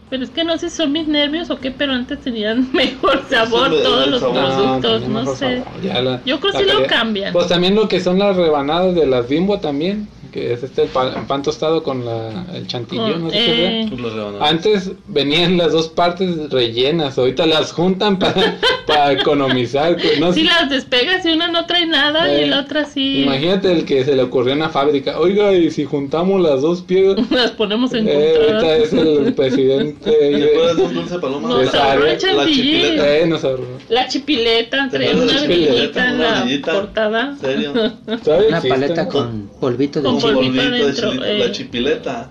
Speaker 5: pero es que no sé si son mis nervios o qué, pero antes tenían mejor sabor
Speaker 6: me-
Speaker 5: todos
Speaker 6: el
Speaker 5: los
Speaker 6: sabor.
Speaker 5: productos,
Speaker 3: tenían
Speaker 5: no,
Speaker 3: mejor
Speaker 5: sé.
Speaker 3: sabor, ya la-
Speaker 5: Yo creo que
Speaker 3: la
Speaker 5: sí lo
Speaker 3: calidad.
Speaker 5: cambian.
Speaker 3: Pues también lo que son las rebanadas de las bimbo también, que es este el pa- pan, tostado con la, el chantillo,
Speaker 5: Con-
Speaker 3: no sé qué sea.
Speaker 5: eh,
Speaker 6: pues, los rebanados.
Speaker 3: Antes venían las dos partes rellenas, ahorita las juntan para, para economizar. pues, No,
Speaker 5: Si
Speaker 3: sé.
Speaker 5: las despegas y una no trae nada
Speaker 3: Eh,
Speaker 5: y la otra sí.
Speaker 3: Imagínate el que se le ocurrió en la fábrica, oiga, y si juntamos las dos piedras,
Speaker 5: Las ponemos en
Speaker 3: Eh, ahorita
Speaker 5: contra.
Speaker 3: es el presidente.
Speaker 6: ¿Te
Speaker 3: de-
Speaker 6: acuerdas de un dulce paloma?
Speaker 5: No,
Speaker 6: La-
Speaker 5: se
Speaker 3: sabe,
Speaker 5: ahorró el
Speaker 3: la
Speaker 5: chantilly.
Speaker 6: chipileta.
Speaker 3: Eh, no sabrá.
Speaker 5: La chipileta, entre
Speaker 6: Tenía
Speaker 5: una
Speaker 6: la
Speaker 5: grillita
Speaker 6: chipileta,
Speaker 5: en
Speaker 6: una
Speaker 5: la
Speaker 6: grillita.
Speaker 5: portada.
Speaker 6: ¿En serio?
Speaker 3: Todavía
Speaker 4: Una
Speaker 3: existe,
Speaker 4: paleta
Speaker 3: ¿no?
Speaker 4: con polvito de
Speaker 5: Con
Speaker 6: Un
Speaker 4: chile.
Speaker 5: polvito
Speaker 6: polvito de
Speaker 5: dentro,
Speaker 6: chilito,
Speaker 5: eh.
Speaker 6: la chipileta.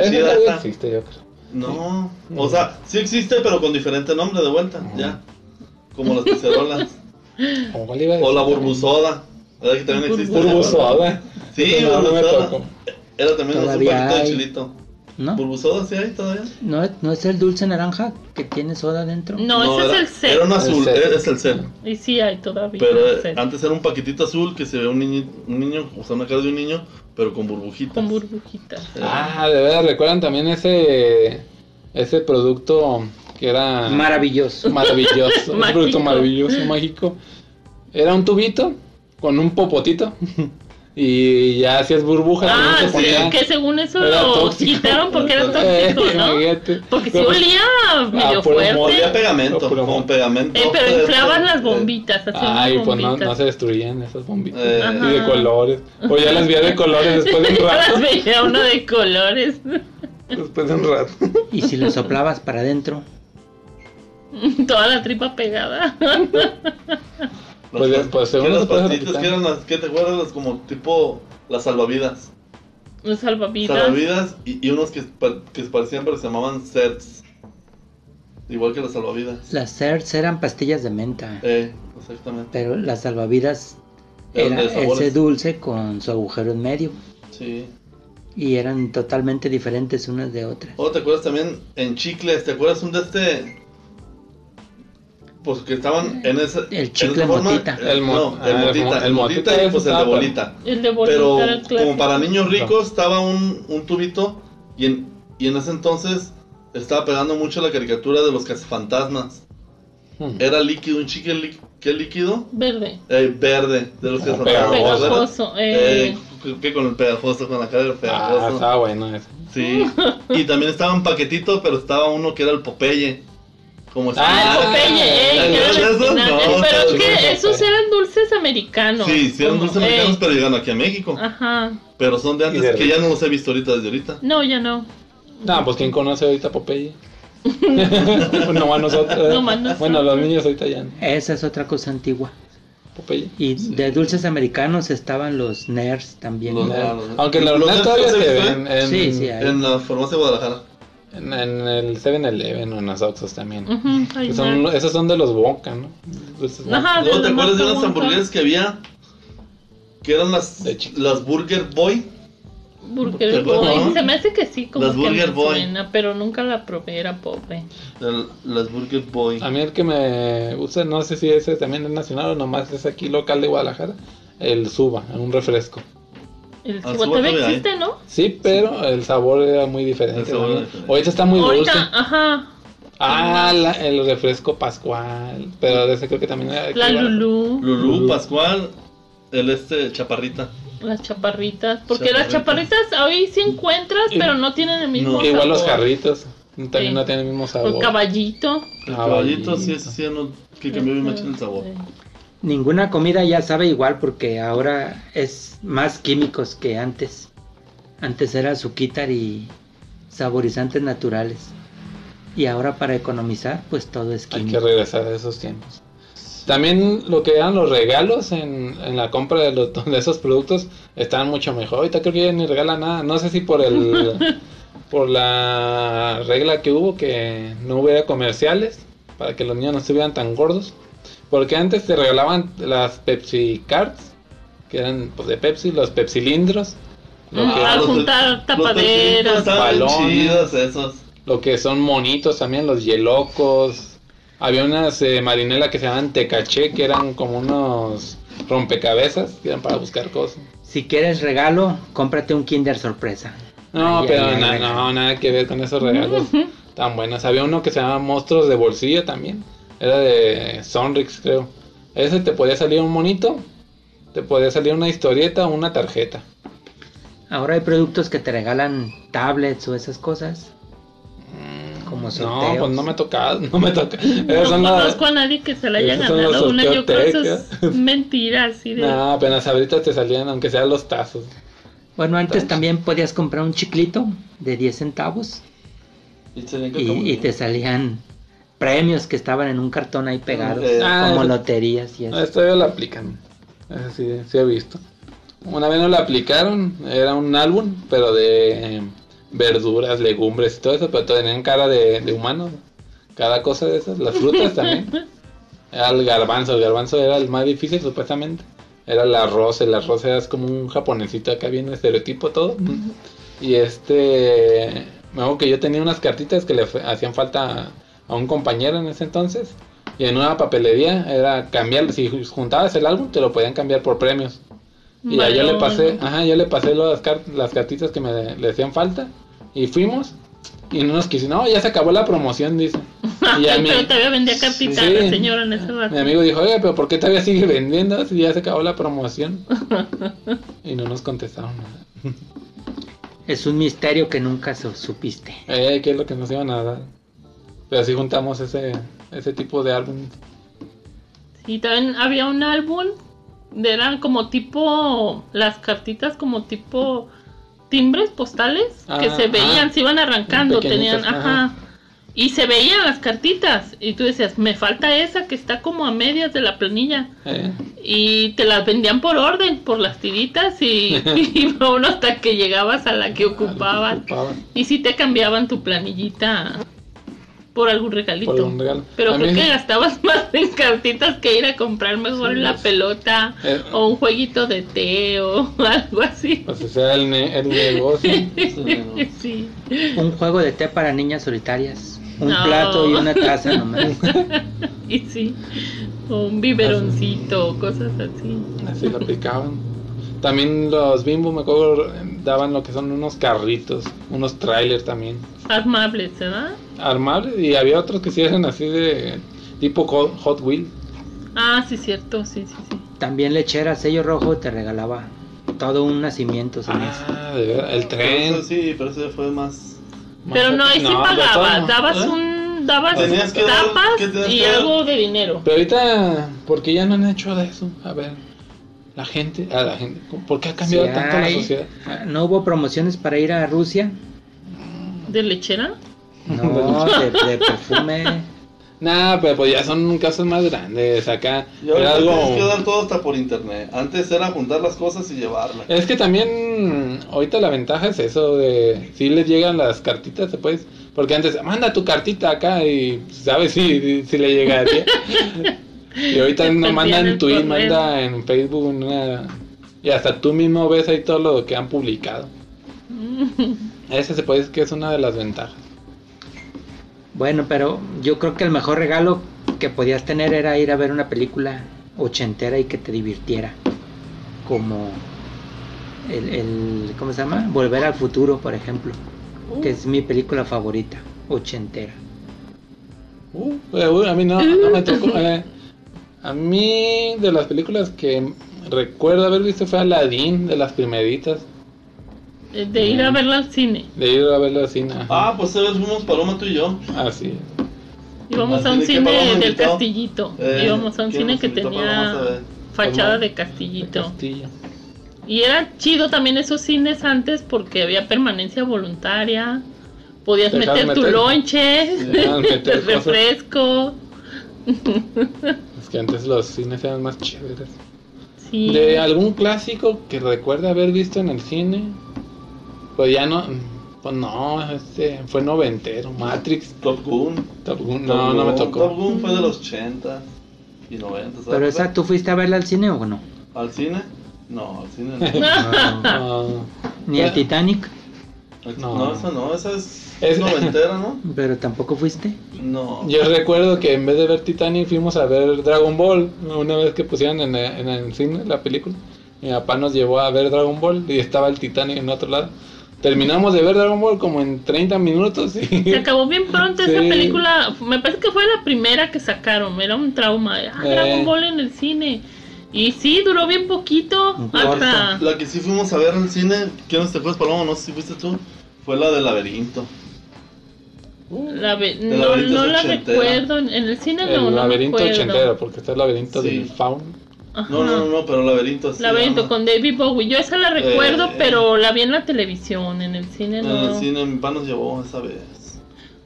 Speaker 3: Esa
Speaker 6: chida
Speaker 3: todavía
Speaker 6: esa.
Speaker 3: existe, yo creo.
Speaker 6: No, o sea, sí existe, pero con diferente nombre de vuelta, ya. Como las pizzerolas.
Speaker 3: ¿O cuál iba a
Speaker 6: o la
Speaker 3: decir?
Speaker 6: burbusoda. ¿Verdad que también existe?
Speaker 3: Burbusoda.
Speaker 6: Sí,
Speaker 3: No, no me
Speaker 6: burbusoda.
Speaker 3: tocó.
Speaker 6: Era también un
Speaker 4: Todavía
Speaker 6: superito de
Speaker 4: hay.
Speaker 6: chilito.
Speaker 4: ¿No?
Speaker 6: ¿Burbusoda sí hay todavía?
Speaker 4: ¿No, es- ¿No es el dulce naranja que tiene soda dentro?
Speaker 5: No, ese
Speaker 6: era,
Speaker 5: es el set.
Speaker 6: Era un azul,
Speaker 3: El set.
Speaker 6: eh, es el set.
Speaker 5: Y sí hay todavía.
Speaker 6: Pero
Speaker 5: el
Speaker 6: eh,
Speaker 3: ah,
Speaker 5: set.
Speaker 6: antes era un paquetito azul que se ve un niño, un niño, o sea, una cara de un niño, pero con burbujitas.
Speaker 5: Con burbujitas.
Speaker 6: Eh,
Speaker 3: Ah, de verdad, recuerdan también ese ese producto que era
Speaker 6: Mm.
Speaker 4: Maravilloso.
Speaker 3: maravilloso, un
Speaker 5: Mágico.
Speaker 3: producto maravilloso, mágico. Era un tubito con un popotito y ya hacías burbujas. y no
Speaker 5: Ah,
Speaker 3: se
Speaker 5: sí,
Speaker 3: ponían.
Speaker 5: que según eso
Speaker 3: Era
Speaker 5: lo
Speaker 3: tóxico.
Speaker 5: quitaron porque era tóxico,
Speaker 3: Eh,
Speaker 5: ¿no?
Speaker 3: imagínate.
Speaker 5: Porque si
Speaker 3: Pero, pues, ah,
Speaker 5: olía medio
Speaker 3: puro
Speaker 6: Como olía
Speaker 5: fuerte.
Speaker 6: pegamento,
Speaker 3: Puro
Speaker 6: como
Speaker 3: amor.
Speaker 6: pegamento.
Speaker 5: Eh, pero
Speaker 6: Pues,
Speaker 5: inflaban
Speaker 6: eh,
Speaker 5: las
Speaker 6: eh,
Speaker 5: bombitas, hacían
Speaker 3: Ay,
Speaker 5: unas
Speaker 3: pues no, no
Speaker 5: bombitas.
Speaker 3: se destruían esas bombitas.
Speaker 6: Eh.
Speaker 5: Ajá.
Speaker 3: Y de colores. O ya las vi de colores después de un
Speaker 5: Yo
Speaker 3: rato.
Speaker 5: las veía uno de colores.
Speaker 3: Después de un rato.
Speaker 4: Y si lo soplabas para adentro,
Speaker 5: Toda la tripa pegada.
Speaker 6: eh, Las
Speaker 3: Pues,
Speaker 6: pas-
Speaker 3: pues, según
Speaker 6: que las
Speaker 3: nosotros,
Speaker 6: pastitas
Speaker 3: capitán.
Speaker 6: que eran las que te acuerdas las como tipo las salvavidas.
Speaker 5: Los salvavidas.
Speaker 6: Salvavidas y, y unos que, pa- que parecían pero se llamaban sets. Igual que las salvavidas.
Speaker 4: las CERS eran pastillas de menta.
Speaker 6: Eh, exactamente.
Speaker 4: Pero las salvavidas
Speaker 6: Eran
Speaker 4: era
Speaker 6: de sabores.
Speaker 4: ese dulce con su agujero en medio.
Speaker 6: Sí.
Speaker 4: Y eran totalmente diferentes unas de otras.
Speaker 6: O Oh, te acuerdas también en chicles, ¿te acuerdas un de este? Pues que estaban en ese.
Speaker 4: El chicle motita.
Speaker 6: El,
Speaker 3: El mo-
Speaker 6: no, el
Speaker 3: ah, el
Speaker 6: motita.
Speaker 3: mo-
Speaker 6: El,
Speaker 3: el
Speaker 6: motita,
Speaker 3: motita
Speaker 6: y pues el
Speaker 3: estaba
Speaker 6: de
Speaker 3: para-
Speaker 6: bolita.
Speaker 5: El de bolita
Speaker 6: Pero
Speaker 5: era el clásico.
Speaker 6: como para niños ricos estaba un, un tubito y en, y en ese entonces estaba pegando mucho la caricatura de los cazafantasmas. Era líquido, un chicle lí- ¿qué líquido?
Speaker 5: Verde.
Speaker 6: Eh, verde, de los
Speaker 3: Ah,
Speaker 6: cazafantasmas.
Speaker 3: pegajoso.
Speaker 6: ¿verdad?
Speaker 5: Pegajoso.
Speaker 6: Eh,
Speaker 5: Eh.
Speaker 6: que con el pegajoso, con la cara del
Speaker 3: Ah,
Speaker 6: pegajoso.
Speaker 3: estaba bueno eso.
Speaker 6: Sí. Y también estaba un paquetito, pero estaba uno que era el Popeye. Como
Speaker 3: Ah,
Speaker 6: espinaca.
Speaker 5: Popeye, eh, que era el
Speaker 6: ¿Esos?
Speaker 5: espinaca.
Speaker 6: No,
Speaker 5: pero es
Speaker 6: no,
Speaker 5: que
Speaker 3: no,
Speaker 5: esos
Speaker 3: Popeye.
Speaker 5: eran dulces americanos.
Speaker 6: Sí, sí, eran dulces
Speaker 5: Como, Ah. eh,
Speaker 6: americanos, pero llegaron aquí a México.
Speaker 5: Ajá.
Speaker 6: Pero son de
Speaker 3: Y de
Speaker 6: antes que ya no los he visto ahorita desde ahorita.
Speaker 5: No, ya no.
Speaker 3: No, pues ¿quién conoce ahorita a Popeye? no más nosotros.
Speaker 5: Nomás nosotros.
Speaker 3: Bueno, los niños ahorita ya no.
Speaker 4: Esa es otra cosa antigua.
Speaker 3: Popeye.
Speaker 4: Y de dulces americanos estaban los NERS también.
Speaker 6: Los-
Speaker 4: ¿no?
Speaker 6: Ah, no, no.
Speaker 3: Aunque en la
Speaker 6: ¿Los
Speaker 3: verdad
Speaker 6: Nets
Speaker 3: todavía
Speaker 6: los
Speaker 3: se
Speaker 6: he visto,
Speaker 3: ven. En,
Speaker 4: Sí, sí, hay.
Speaker 6: En la farmacia de Guadalajara.
Speaker 3: en, en el 7-Eleven o en las Oxxos también.
Speaker 5: Ujú, ahí
Speaker 3: pues, Que son-
Speaker 5: va.
Speaker 3: esos son de los Wonka, ¿no? Dulces Wonka.
Speaker 5: Ajá,
Speaker 6: ¿No
Speaker 5: los
Speaker 6: te acuerdas de
Speaker 5: Marta
Speaker 6: unas
Speaker 5: Wonka.
Speaker 6: hamburguesas que había? Que eran las,
Speaker 3: De chico.
Speaker 6: las Burger Boy. ¿Te
Speaker 5: Burger
Speaker 6: acuerdas,
Speaker 5: Boy.
Speaker 6: no?
Speaker 5: Se me hace que sí, como
Speaker 6: Las
Speaker 5: que me
Speaker 6: Burger Boy.
Speaker 5: suena, pero nunca la probé, era pobre.
Speaker 6: El- las Burger Boy.
Speaker 3: A mí el que me gusta, no sé si ese también es nacional o nomás es aquí local de Guadalajara, el Suba, un refresco.
Speaker 5: El
Speaker 6: Ah,
Speaker 5: Suba
Speaker 6: Suba
Speaker 5: todavía
Speaker 6: todavía hay.
Speaker 5: existe, ¿no?
Speaker 3: Sí, pero el sabor era muy
Speaker 6: El
Speaker 3: diferente.
Speaker 6: sabor
Speaker 3: ¿no?
Speaker 6: era diferente.
Speaker 3: Ahorita está muy
Speaker 5: Ahorita,
Speaker 3: dulce.
Speaker 5: ajá.
Speaker 3: Ah, la- el refresco Pascual, pero de ese creo que también era de aquí
Speaker 5: La
Speaker 3: de Guadalajara.
Speaker 5: Lulú,
Speaker 6: Lulú, Pascual, el este, Chaparrita.
Speaker 5: las chaparritas. Porque las
Speaker 6: Chaparritas.
Speaker 5: chaparritas hoy sí encuentras,
Speaker 3: Y-
Speaker 5: pero no tienen el mismo.
Speaker 6: No.
Speaker 3: Igual los
Speaker 5: sabor.
Speaker 3: carritos, también
Speaker 5: Sí.
Speaker 3: no tienen el mismo
Speaker 5: O
Speaker 3: sabor.
Speaker 5: caballito. Este,
Speaker 6: El
Speaker 3: Ah,
Speaker 6: caballito,
Speaker 3: vale.
Speaker 6: sí, ese sí, no, que cambió bien machín el sabor.
Speaker 5: Sí.
Speaker 4: Ninguna comida ya sabe igual porque ahora es más químicos que antes. Antes era azúcar y saborizantes naturales. Y ahora para economizar, pues todo es
Speaker 3: Hay que
Speaker 4: químico.
Speaker 3: regresar a esos tiempos. También lo que eran los regalos en, en la compra de, los, de esos productos estaban mucho mejor. Ahorita creo que ya ni regala nada. No sé si por el por la regla que hubo que no hubiera comerciales para que los niños no estuvieran tan gordos. Porque antes te regalaban las Pepsi Cards, que eran pues, de Pepsi, los Pepsilindros, lo,
Speaker 5: Ah,
Speaker 3: que,
Speaker 5: al juntar tapaderas.
Speaker 6: Balones.
Speaker 3: Balones.
Speaker 6: chidos esos.
Speaker 3: lo que son monitos también, los Yelocos. Había unas eh, marinela que se llamaban Tecaché, que eran como unos rompecabezas, que eran para buscar cosas.
Speaker 4: Si quieres regalo, cómprate un Kinder Sorpresa.
Speaker 3: No,
Speaker 4: Ay,
Speaker 3: pero
Speaker 4: ay, ay,
Speaker 3: na-
Speaker 4: regalo.
Speaker 3: no, nada que ver con esos regalos tan buenos. Había uno que se llamaba Monstruos de Bolsillo también. Era de Sonrix, creo. Ese te podía salir un monito, te podía salir una historieta o una tarjeta.
Speaker 4: Ahora hay productos que te regalan tablets o esas cosas. Como
Speaker 3: No,
Speaker 4: sorteos.
Speaker 3: pues no me tocaba, no me toca. Esas
Speaker 5: No
Speaker 3: son las-
Speaker 5: conozco a nadie que se le haya
Speaker 3: esos son los
Speaker 5: ganado una. Yo creo que eso
Speaker 3: sorteotecas.
Speaker 5: es mentira, así de.
Speaker 3: No, apenas ahorita te salían, aunque sean los tazos.
Speaker 4: Bueno, antes también podías comprar un chiclito de 10 centavos
Speaker 6: Y, tenían que comer.
Speaker 4: y, y te salían premios que estaban en un cartón ahí pegados,
Speaker 6: Eh,
Speaker 3: ah,
Speaker 4: como
Speaker 3: eso-
Speaker 4: loterías y
Speaker 3: Ah,
Speaker 4: eso.
Speaker 3: Esto ya lo aplican. Eso sí, sí he visto. Una vez no lo aplicaron, era un álbum, pero de eh, verduras, legumbres y todo eso, pero tenían cara de, de humano. Cada cosa de esas, las frutas también. Era el garbanzo, el garbanzo era el más difícil supuestamente. Era el arroz, el arroz era como un japonesito acá bien estereotipo todo. Y este, me acuerdo que yo tenía unas cartitas que le fe- hacían falta a un compañero en ese entonces. Y en una papelería era cambiar, si juntabas el álbum te lo podían cambiar por premios. Y ya yo le
Speaker 5: Valor.
Speaker 3: pasé, ajá, yo le pasé las, car- las cartitas que me le hacían falta. Y fuimos. Y no nos quisieron, no, ya se acabó la promoción, dice. Y a mí-
Speaker 5: Pero todavía vendía cartita
Speaker 3: Sí.
Speaker 5: la señora en ese rato.
Speaker 3: Mi amigo dijo, oye, pero ¿por qué todavía sigue vendiendo si ya se acabó la promoción? Y no nos contestaron nada.
Speaker 4: Es un misterio que nunca su- supiste.
Speaker 3: Eh, ¿Qué es lo que nos iban a dar? Pero así juntamos ese, ese tipo de álbum.
Speaker 5: Y también había un álbum, de- eran como tipo, las cartitas como tipo timbres postales que
Speaker 3: Ah,
Speaker 5: se veían,
Speaker 3: ah.
Speaker 5: se iban arrancando,
Speaker 3: Pequeñitas,
Speaker 5: tenían, ajá.
Speaker 3: ajá.
Speaker 5: Y se veían las cartitas y tú decías, me falta esa que está como a medias de la planilla.
Speaker 3: Eh,
Speaker 5: Y te las vendían por orden, por las tiritas y iba uno hasta que llegabas a la que ocupaban.
Speaker 3: ocupaban.
Speaker 5: Y si te cambiaban tu planillita por algún regalito.
Speaker 3: Por un regalo.
Speaker 5: Pero
Speaker 3: A
Speaker 5: creo
Speaker 3: mí-
Speaker 5: que gastabas más en cartitas que ir a comprar mejor
Speaker 3: Sí,
Speaker 5: la
Speaker 3: pues.
Speaker 5: pelota
Speaker 3: Eh.
Speaker 5: o un jueguito de té o algo así.
Speaker 3: Pues ese era el, ne- el negocio.
Speaker 5: Sí.
Speaker 4: Un juego de té para niñas solitarias. Un
Speaker 5: No.
Speaker 4: plato y una taza nomás.
Speaker 5: Y sí. O un biberoncito, cosas así.
Speaker 3: Así lo aplicaban. También los bimbo, me acuerdo, daban lo que son unos carritos, unos trailers también.
Speaker 5: Armables, ¿verdad?
Speaker 3: Armables y había otros que sí eran así de tipo Hot Hot Wheels.
Speaker 5: Ah, sí, cierto, sí, sí, sí.
Speaker 4: También lechera, sello rojo, te regalaba todo un nacimiento. se me hace.
Speaker 3: Ah, de verdad, el
Speaker 6: Pero
Speaker 3: tren.
Speaker 6: eso sí, pero eso fue más.
Speaker 5: Pero no, ahí sí
Speaker 3: de todo,
Speaker 5: pagabas,
Speaker 3: no.
Speaker 5: dabas
Speaker 6: ¿Eh?
Speaker 5: un, dabas
Speaker 6: Tenías que dar-
Speaker 5: tapas
Speaker 6: que tenías
Speaker 5: y
Speaker 6: que dar-
Speaker 5: algo de dinero.
Speaker 3: Pero ahorita, ¿por qué ya no han hecho de eso? A ver, la gente, a la gente, ¿por qué ha cambiado
Speaker 4: Sí
Speaker 3: tanto
Speaker 4: hay.
Speaker 3: la sociedad?
Speaker 4: Ah, ¿No hubo promociones para ir a Rusia?
Speaker 5: ¿De lechera?
Speaker 4: No, de, de perfume.
Speaker 3: Nah, pero pues ya son casos más grandes acá.
Speaker 6: Y ahora
Speaker 3: Era algo-
Speaker 6: tienes que dar todo hasta por internet. Antes era juntar las cosas y llevarlas.
Speaker 3: Es que también ahorita la ventaja es eso de si les llegan las cartitas después, porque antes manda tu cartita acá y sabes si, si le llega a ti. y ahorita
Speaker 5: Te
Speaker 3: no
Speaker 5: envían
Speaker 3: manda en
Speaker 5: el
Speaker 3: Twitter,
Speaker 5: correo.
Speaker 3: manda en Facebook, en una- y hasta tú mismo ves ahí todo lo que han publicado. Ese se puede decir que es una de las ventajas.
Speaker 4: Bueno, pero yo creo que el mejor regalo que podías tener era ir a ver una película ochentera y que te divirtiera. Como el, el- ¿cómo se llama? Volver al futuro, por ejemplo, que es mi película favorita, ochentera.
Speaker 3: Uh, eh, uh, a mí no, no me tocó. eh. A mí de las películas que recuerdo haber visto fue Aladdin, de las primeritas,
Speaker 5: Eh, De ir a
Speaker 6: Mm.
Speaker 5: verla al cine.
Speaker 3: de ir a verlo al cine. ajá. Ah,
Speaker 6: Ah, pues sabes, fuimos Paloma tú y yo.
Speaker 3: Así es.
Speaker 5: Íbamos
Speaker 6: Ah,
Speaker 5: a un
Speaker 6: sí, ¿de qué Paloma
Speaker 5: cine del
Speaker 6: invitó?
Speaker 5: Castillito.
Speaker 6: Eh,
Speaker 5: Íbamos a un
Speaker 6: ¿quién
Speaker 5: cine
Speaker 6: nos
Speaker 5: que
Speaker 6: invitó, Paloma? Vamos a
Speaker 5: tenía
Speaker 6: ver.
Speaker 5: fachada
Speaker 3: Paloma.
Speaker 5: de Castillito.
Speaker 3: Castillo.
Speaker 5: Y era chido también esos cines antes porque había permanencia voluntaria. Podías
Speaker 3: Te dejaban
Speaker 5: meter tu
Speaker 3: meter-
Speaker 5: lonche,
Speaker 3: te dejaban meter
Speaker 5: el
Speaker 3: cosas.
Speaker 5: refresco.
Speaker 3: Es que antes los cines eran más chéveres.
Speaker 5: Sí.
Speaker 3: ¿De algún clásico que recuerde haber visto en el cine? Pues ya no. Pues no, este fue noventero. Matrix,
Speaker 6: Top Gun.
Speaker 3: Top Gun.
Speaker 6: Top
Speaker 3: No,
Speaker 6: Gun.
Speaker 3: no me
Speaker 6: Top
Speaker 3: tocó.
Speaker 6: Gun fue de los 80 y 90. ¿sabes?
Speaker 4: Pero esa, ¿tú fuiste a verla al cine o no?
Speaker 6: ¿Al cine? No, al cine no.
Speaker 5: Ah.
Speaker 3: No.
Speaker 4: Ni al
Speaker 3: Bueno.
Speaker 4: Titanic,
Speaker 3: No.
Speaker 6: No, esa no, esa es,
Speaker 3: Es-
Speaker 6: noventera, ¿no?
Speaker 4: pero tampoco fuiste.
Speaker 6: No.
Speaker 3: Yo recuerdo que en vez de ver Titanic fuimos a ver Dragon Ball. Una vez que pusieron en, en el cine la película, mi papá nos llevó a ver Dragon Ball y estaba el Titanic en otro lado. Terminamos de ver Dragon Ball como en 30 minutos
Speaker 5: Se
Speaker 3: y
Speaker 5: acabó bien pronto esa
Speaker 3: Sí.
Speaker 5: película. Me parece que fue la primera que sacaron. Era un trauma. Ah,
Speaker 3: Eh.
Speaker 5: Dragon Ball en el cine. Y sí, duró bien poquito.
Speaker 4: Un corto.
Speaker 5: Hasta.
Speaker 6: La que sí fuimos a ver al cine, ¿quién te acuerdas, Paloma? No sé si fuiste tú. Fue la del laberinto.
Speaker 5: La ve-
Speaker 6: El
Speaker 5: no
Speaker 6: laberinto
Speaker 5: no
Speaker 6: es
Speaker 5: la
Speaker 6: ochentera.
Speaker 5: recuerdo. En en el cine no,
Speaker 3: el
Speaker 5: no
Speaker 3: laberinto
Speaker 5: recuerdo.
Speaker 3: ochentero, porque está el laberinto
Speaker 6: Sí.
Speaker 3: del faun.
Speaker 5: Ajá.
Speaker 6: No, no, no, no, pero laberinto. sí,
Speaker 5: Laberinto
Speaker 6: ¿no?
Speaker 5: con David Bowie. Yo esa la recuerdo,
Speaker 6: Eh. Ah,
Speaker 5: pero la vi en la televisión. En el cine
Speaker 6: En
Speaker 5: no.
Speaker 6: el cine mi papá nos llevó esa vez.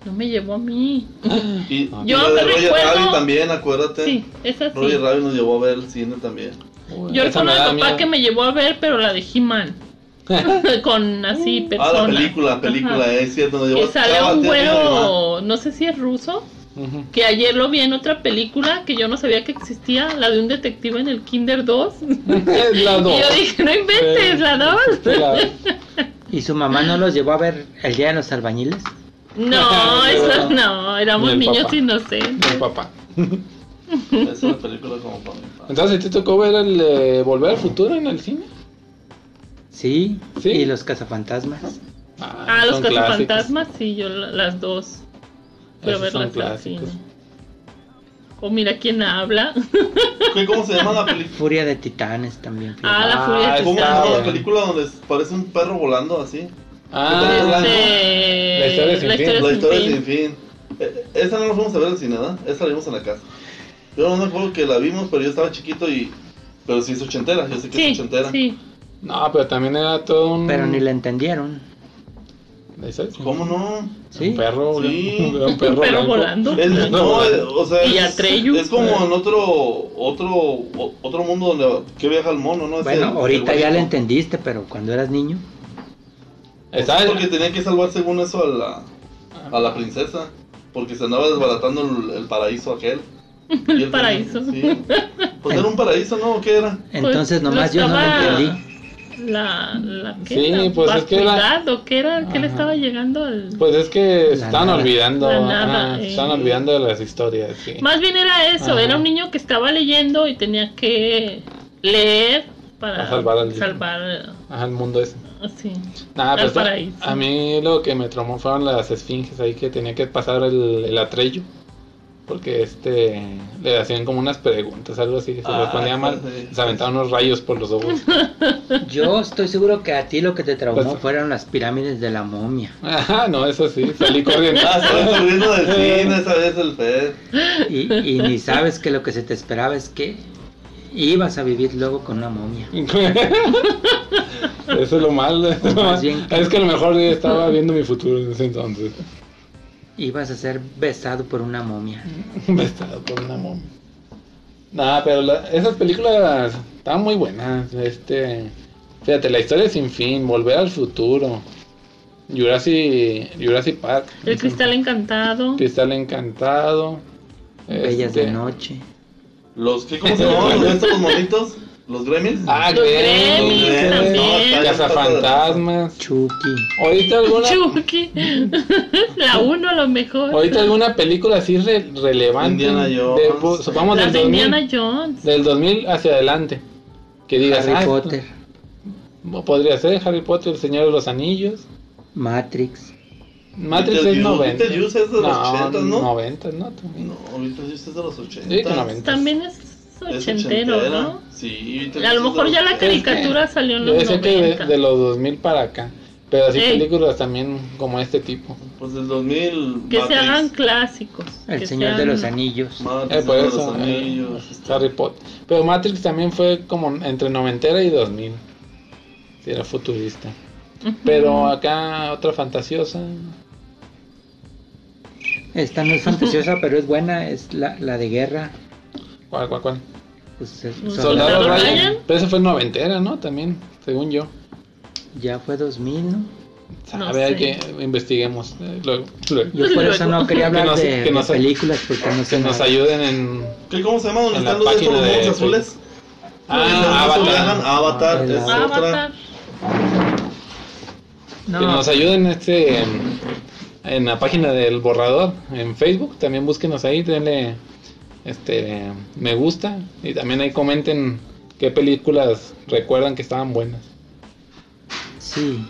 Speaker 5: No me llevó a mí.
Speaker 6: Y,
Speaker 3: Yo
Speaker 6: y la de
Speaker 5: Ah. me
Speaker 6: Roger
Speaker 5: recuerdo-
Speaker 6: Rabbit también, acuérdate.
Speaker 5: Sí, esa sí.
Speaker 6: Roger Rabbit nos llevó a ver el cine también.
Speaker 5: Yo recuerdo a mi papá que me llevó a ver, pero la de He-Man. con así persona.
Speaker 6: Ah, la película, película,
Speaker 5: Ajá.
Speaker 6: es cierto, nos llevó
Speaker 5: Que sale
Speaker 6: Ah,
Speaker 5: un
Speaker 6: tío, tío, mamá.
Speaker 5: güero, no sé si es ruso, que ayer lo vi en otra película que yo no sabía que existía, la de un detective en el Kinder 2.
Speaker 3: La dos.
Speaker 5: Y yo dije, no inventes,
Speaker 3: Sí,
Speaker 5: la 2.
Speaker 3: existe la-
Speaker 4: ¿Y su mamá no los llevó a ver el Día de los Albañiles?
Speaker 5: No, eso no, éramos
Speaker 3: Ni el
Speaker 5: niños
Speaker 3: papá.
Speaker 5: inocentes.
Speaker 3: Mi papá.
Speaker 6: Es una película como para mi papá.
Speaker 3: Entonces, ¿te tocó ver el eh, Volver al Futuro en el cine?
Speaker 4: Sí,
Speaker 3: Sí.
Speaker 4: y los cazafantasmas.
Speaker 5: Ah, los
Speaker 3: son clásicos.
Speaker 5: cazafantasmas, sí, yo la- las dos. Pero
Speaker 3: Esos
Speaker 5: ver
Speaker 3: son
Speaker 5: la clase.
Speaker 3: clásicos.
Speaker 5: O mira quién habla.
Speaker 6: ¿Qué- ¿Cómo se llama la película?
Speaker 4: Furia de Titanes también. fíjate.
Speaker 5: Ah, la furia de
Speaker 6: ¿Cómo se
Speaker 5: Titanes.
Speaker 6: llama
Speaker 3: está
Speaker 6: la
Speaker 3: bueno.
Speaker 6: película donde parece un perro volando así?
Speaker 3: Ah,
Speaker 5: Este,
Speaker 3: La historia sin fin.
Speaker 6: La historia
Speaker 5: fin.
Speaker 6: sin fin. Eh, Esa no la fuimos a ver al cine, ¿verdad? Esa la vimos en la casa. Yo no me acuerdo que la vimos, pero yo estaba chiquito y. Pero sí es ochentera, yo sé que
Speaker 5: Sí,
Speaker 6: es ochentera.
Speaker 5: sí.
Speaker 3: no, pero también era todo un.
Speaker 4: Pero ni la entendieron.
Speaker 3: ¿La historia sin
Speaker 6: ¿Cómo no?
Speaker 4: Sí.
Speaker 3: Un perro,
Speaker 6: Sí.
Speaker 3: blanco, un perro,
Speaker 5: Un perro
Speaker 3: blanco.
Speaker 5: volando.
Speaker 6: Es-
Speaker 3: Perro
Speaker 6: no,
Speaker 3: volando.
Speaker 6: eh, o sea,
Speaker 5: Y
Speaker 6: es,
Speaker 5: Atreyu.
Speaker 6: es como en otro otro o- otro mundo donde que viaja el mono, ¿no? Es
Speaker 4: Bueno,
Speaker 6: el-
Speaker 4: ahorita
Speaker 6: el
Speaker 4: ya la
Speaker 6: güerito.
Speaker 4: entendiste, pero cuando eras niño.
Speaker 6: Pues
Speaker 3: Está-
Speaker 6: sí, porque tenía que salvar según eso a la,
Speaker 5: Ah.
Speaker 6: a la princesa, porque se andaba desbaratando el, el paraíso aquel. Y él tenía-
Speaker 5: paraíso.
Speaker 6: sí. Pues era un paraíso, ¿no? ¿Qué era?
Speaker 4: Entonces
Speaker 5: lo
Speaker 4: nomás yo no
Speaker 5: estaba-
Speaker 4: la entendí.
Speaker 5: La, la que
Speaker 3: Sí,
Speaker 5: la
Speaker 3: pues es que la-
Speaker 5: vascuidad, ¿o qué era? ¿Qué le
Speaker 3: Ajá.
Speaker 5: estaba llegando al...?
Speaker 3: Pues es que
Speaker 4: La
Speaker 3: están
Speaker 4: nada.
Speaker 3: olvidando.
Speaker 5: La nada,
Speaker 3: ah,
Speaker 5: eh.
Speaker 3: Están olvidando de las historias. Sí.
Speaker 5: Más bien era eso,
Speaker 3: Ajá.
Speaker 5: era un niño que estaba leyendo y tenía que leer para
Speaker 3: Para salvar al-
Speaker 5: salvar,
Speaker 3: Ajá, el mundo ese.
Speaker 5: así.
Speaker 3: Nada,
Speaker 5: Al
Speaker 3: pues,
Speaker 5: paraíso.
Speaker 3: a mí lo que me tromó fueron las esfinges ahí que tenía que pasar el, el atrello. Porque este le hacían como unas preguntas, algo así, que se
Speaker 6: Ah,
Speaker 3: respondía mal.
Speaker 6: sí.
Speaker 3: Se aventaban unos rayos por los ojos.
Speaker 4: Yo estoy seguro que a ti lo que te traumó
Speaker 3: Pues-
Speaker 4: fueron las pirámides de la momia.
Speaker 3: Ajá, Ah, no, eso sí, salí corriendo.
Speaker 6: Ah, estaba corriendo del cine esa vez el Fer.
Speaker 4: Y, y ni sabes que lo que se te esperaba es que ibas a vivir luego con una momia.
Speaker 3: Eso es lo malo. eso es lo malo.
Speaker 4: Más bien
Speaker 3: Es que a lo mejor estaba viendo mi futuro en ese entonces.
Speaker 4: Ibas a ser besado por una momia.
Speaker 3: Besado por una momia. Nada, pero la- esas películas estaban muy buenas. Este, fíjate, la historia sin fin, Volver al futuro, Jurassic, Jurassic Park,
Speaker 5: El cristal encantado.
Speaker 3: Cristal Encantado,
Speaker 4: Bellas
Speaker 3: este,
Speaker 4: de noche.
Speaker 6: Los que cómo se llamaban los estos monitos, los gremlins.
Speaker 3: Ah,
Speaker 5: Los
Speaker 3: Gremlins,
Speaker 5: Gremlins también.
Speaker 3: Cazafantasmas.
Speaker 4: Chucky.
Speaker 3: Ahorita alguna,
Speaker 5: Chucky. la uno a lo mejor.
Speaker 3: ahorita alguna película así re- relevante.
Speaker 6: Indiana
Speaker 3: de-
Speaker 6: Jones.
Speaker 3: pues, supongamos
Speaker 5: la
Speaker 3: del
Speaker 5: de
Speaker 3: 2000,
Speaker 5: Indiana Jones.
Speaker 3: del 2000 hacia adelante. Que digas, ah,
Speaker 4: Harry
Speaker 3: esto-
Speaker 4: Potter.
Speaker 3: Podría ser Harry Potter, El Señor de los Anillos.
Speaker 4: Matrix.
Speaker 3: Matrix es
Speaker 6: Beetlejuice-
Speaker 3: 90.
Speaker 6: Beetlejuice es de los 80, ¿no?
Speaker 3: 90, ¿no? También.
Speaker 6: No, ahorita sí es de los 80.
Speaker 3: Sí, que 90.
Speaker 5: También es
Speaker 6: Es
Speaker 5: ochentero,
Speaker 6: ochentera.
Speaker 5: ¿no?
Speaker 6: Sí, ahorita
Speaker 5: A lo
Speaker 6: sí es de
Speaker 5: mejor
Speaker 6: los
Speaker 5: ya la
Speaker 6: 80.
Speaker 5: caricatura salió en
Speaker 3: Yo
Speaker 5: los
Speaker 3: decía que de,
Speaker 5: 90.
Speaker 3: de los 2000 para acá. Pero así
Speaker 5: Ey.
Speaker 3: películas también como este tipo.
Speaker 6: Pues del 2000.
Speaker 5: Que se
Speaker 6: Matrix.
Speaker 5: hagan clásicos.
Speaker 4: El
Speaker 5: que
Speaker 4: Señor de
Speaker 5: sean-
Speaker 4: los Anillos.
Speaker 6: Matrix,
Speaker 3: Eh, por
Speaker 6: Señor de
Speaker 3: eso,
Speaker 6: los
Speaker 3: eh,
Speaker 6: Anillos, este,
Speaker 3: Harry Potter. Pero Matrix también fue como entre noventera y 2000. Sí, era futurista.
Speaker 5: Ujú.
Speaker 3: Pero acá otra fantasiosa.
Speaker 4: Esta no es fantasiosa, pero es buena. Es la, la de guerra.
Speaker 3: ¿Cuál, cuál, cuál?
Speaker 4: Pues, es-
Speaker 5: Soldado
Speaker 3: Soldado
Speaker 5: Ryan.
Speaker 3: Ryan. Pero ese fue noventera, ¿no? También, según yo.
Speaker 4: Ya fue 2000, ¿no?
Speaker 3: A
Speaker 5: No
Speaker 3: ver, hay
Speaker 5: sé.
Speaker 3: que investiguemos. eh, luego, luego.
Speaker 4: Yo por eso no quería
Speaker 3: Que
Speaker 4: hablar
Speaker 3: nos-
Speaker 4: de,
Speaker 3: que nos-
Speaker 4: de películas porque no
Speaker 3: Que
Speaker 4: sé
Speaker 3: nos
Speaker 4: nada.
Speaker 3: ayuden en
Speaker 6: ¿Qué, ¿Cómo se llama? ¿Dónde
Speaker 3: En la
Speaker 6: están los de estos
Speaker 3: página de
Speaker 6: monos
Speaker 3: Facebook.
Speaker 6: azules?
Speaker 3: Ah, Avatar.
Speaker 6: Avatar.
Speaker 4: Ah,
Speaker 6: Avatar es
Speaker 4: la-
Speaker 5: Avatar.
Speaker 6: otra.
Speaker 4: No,
Speaker 3: Que nos ayuden este en, en la página del borrador en Facebook, también búsquenos ahí, denle este me gusta y también ahí comenten qué películas recuerdan que estaban buenas.
Speaker 4: sí.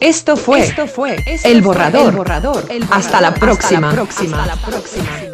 Speaker 1: Esto fue, Esto fue El Borrador. El borrador. Hasta la próxima. Hasta la próxima.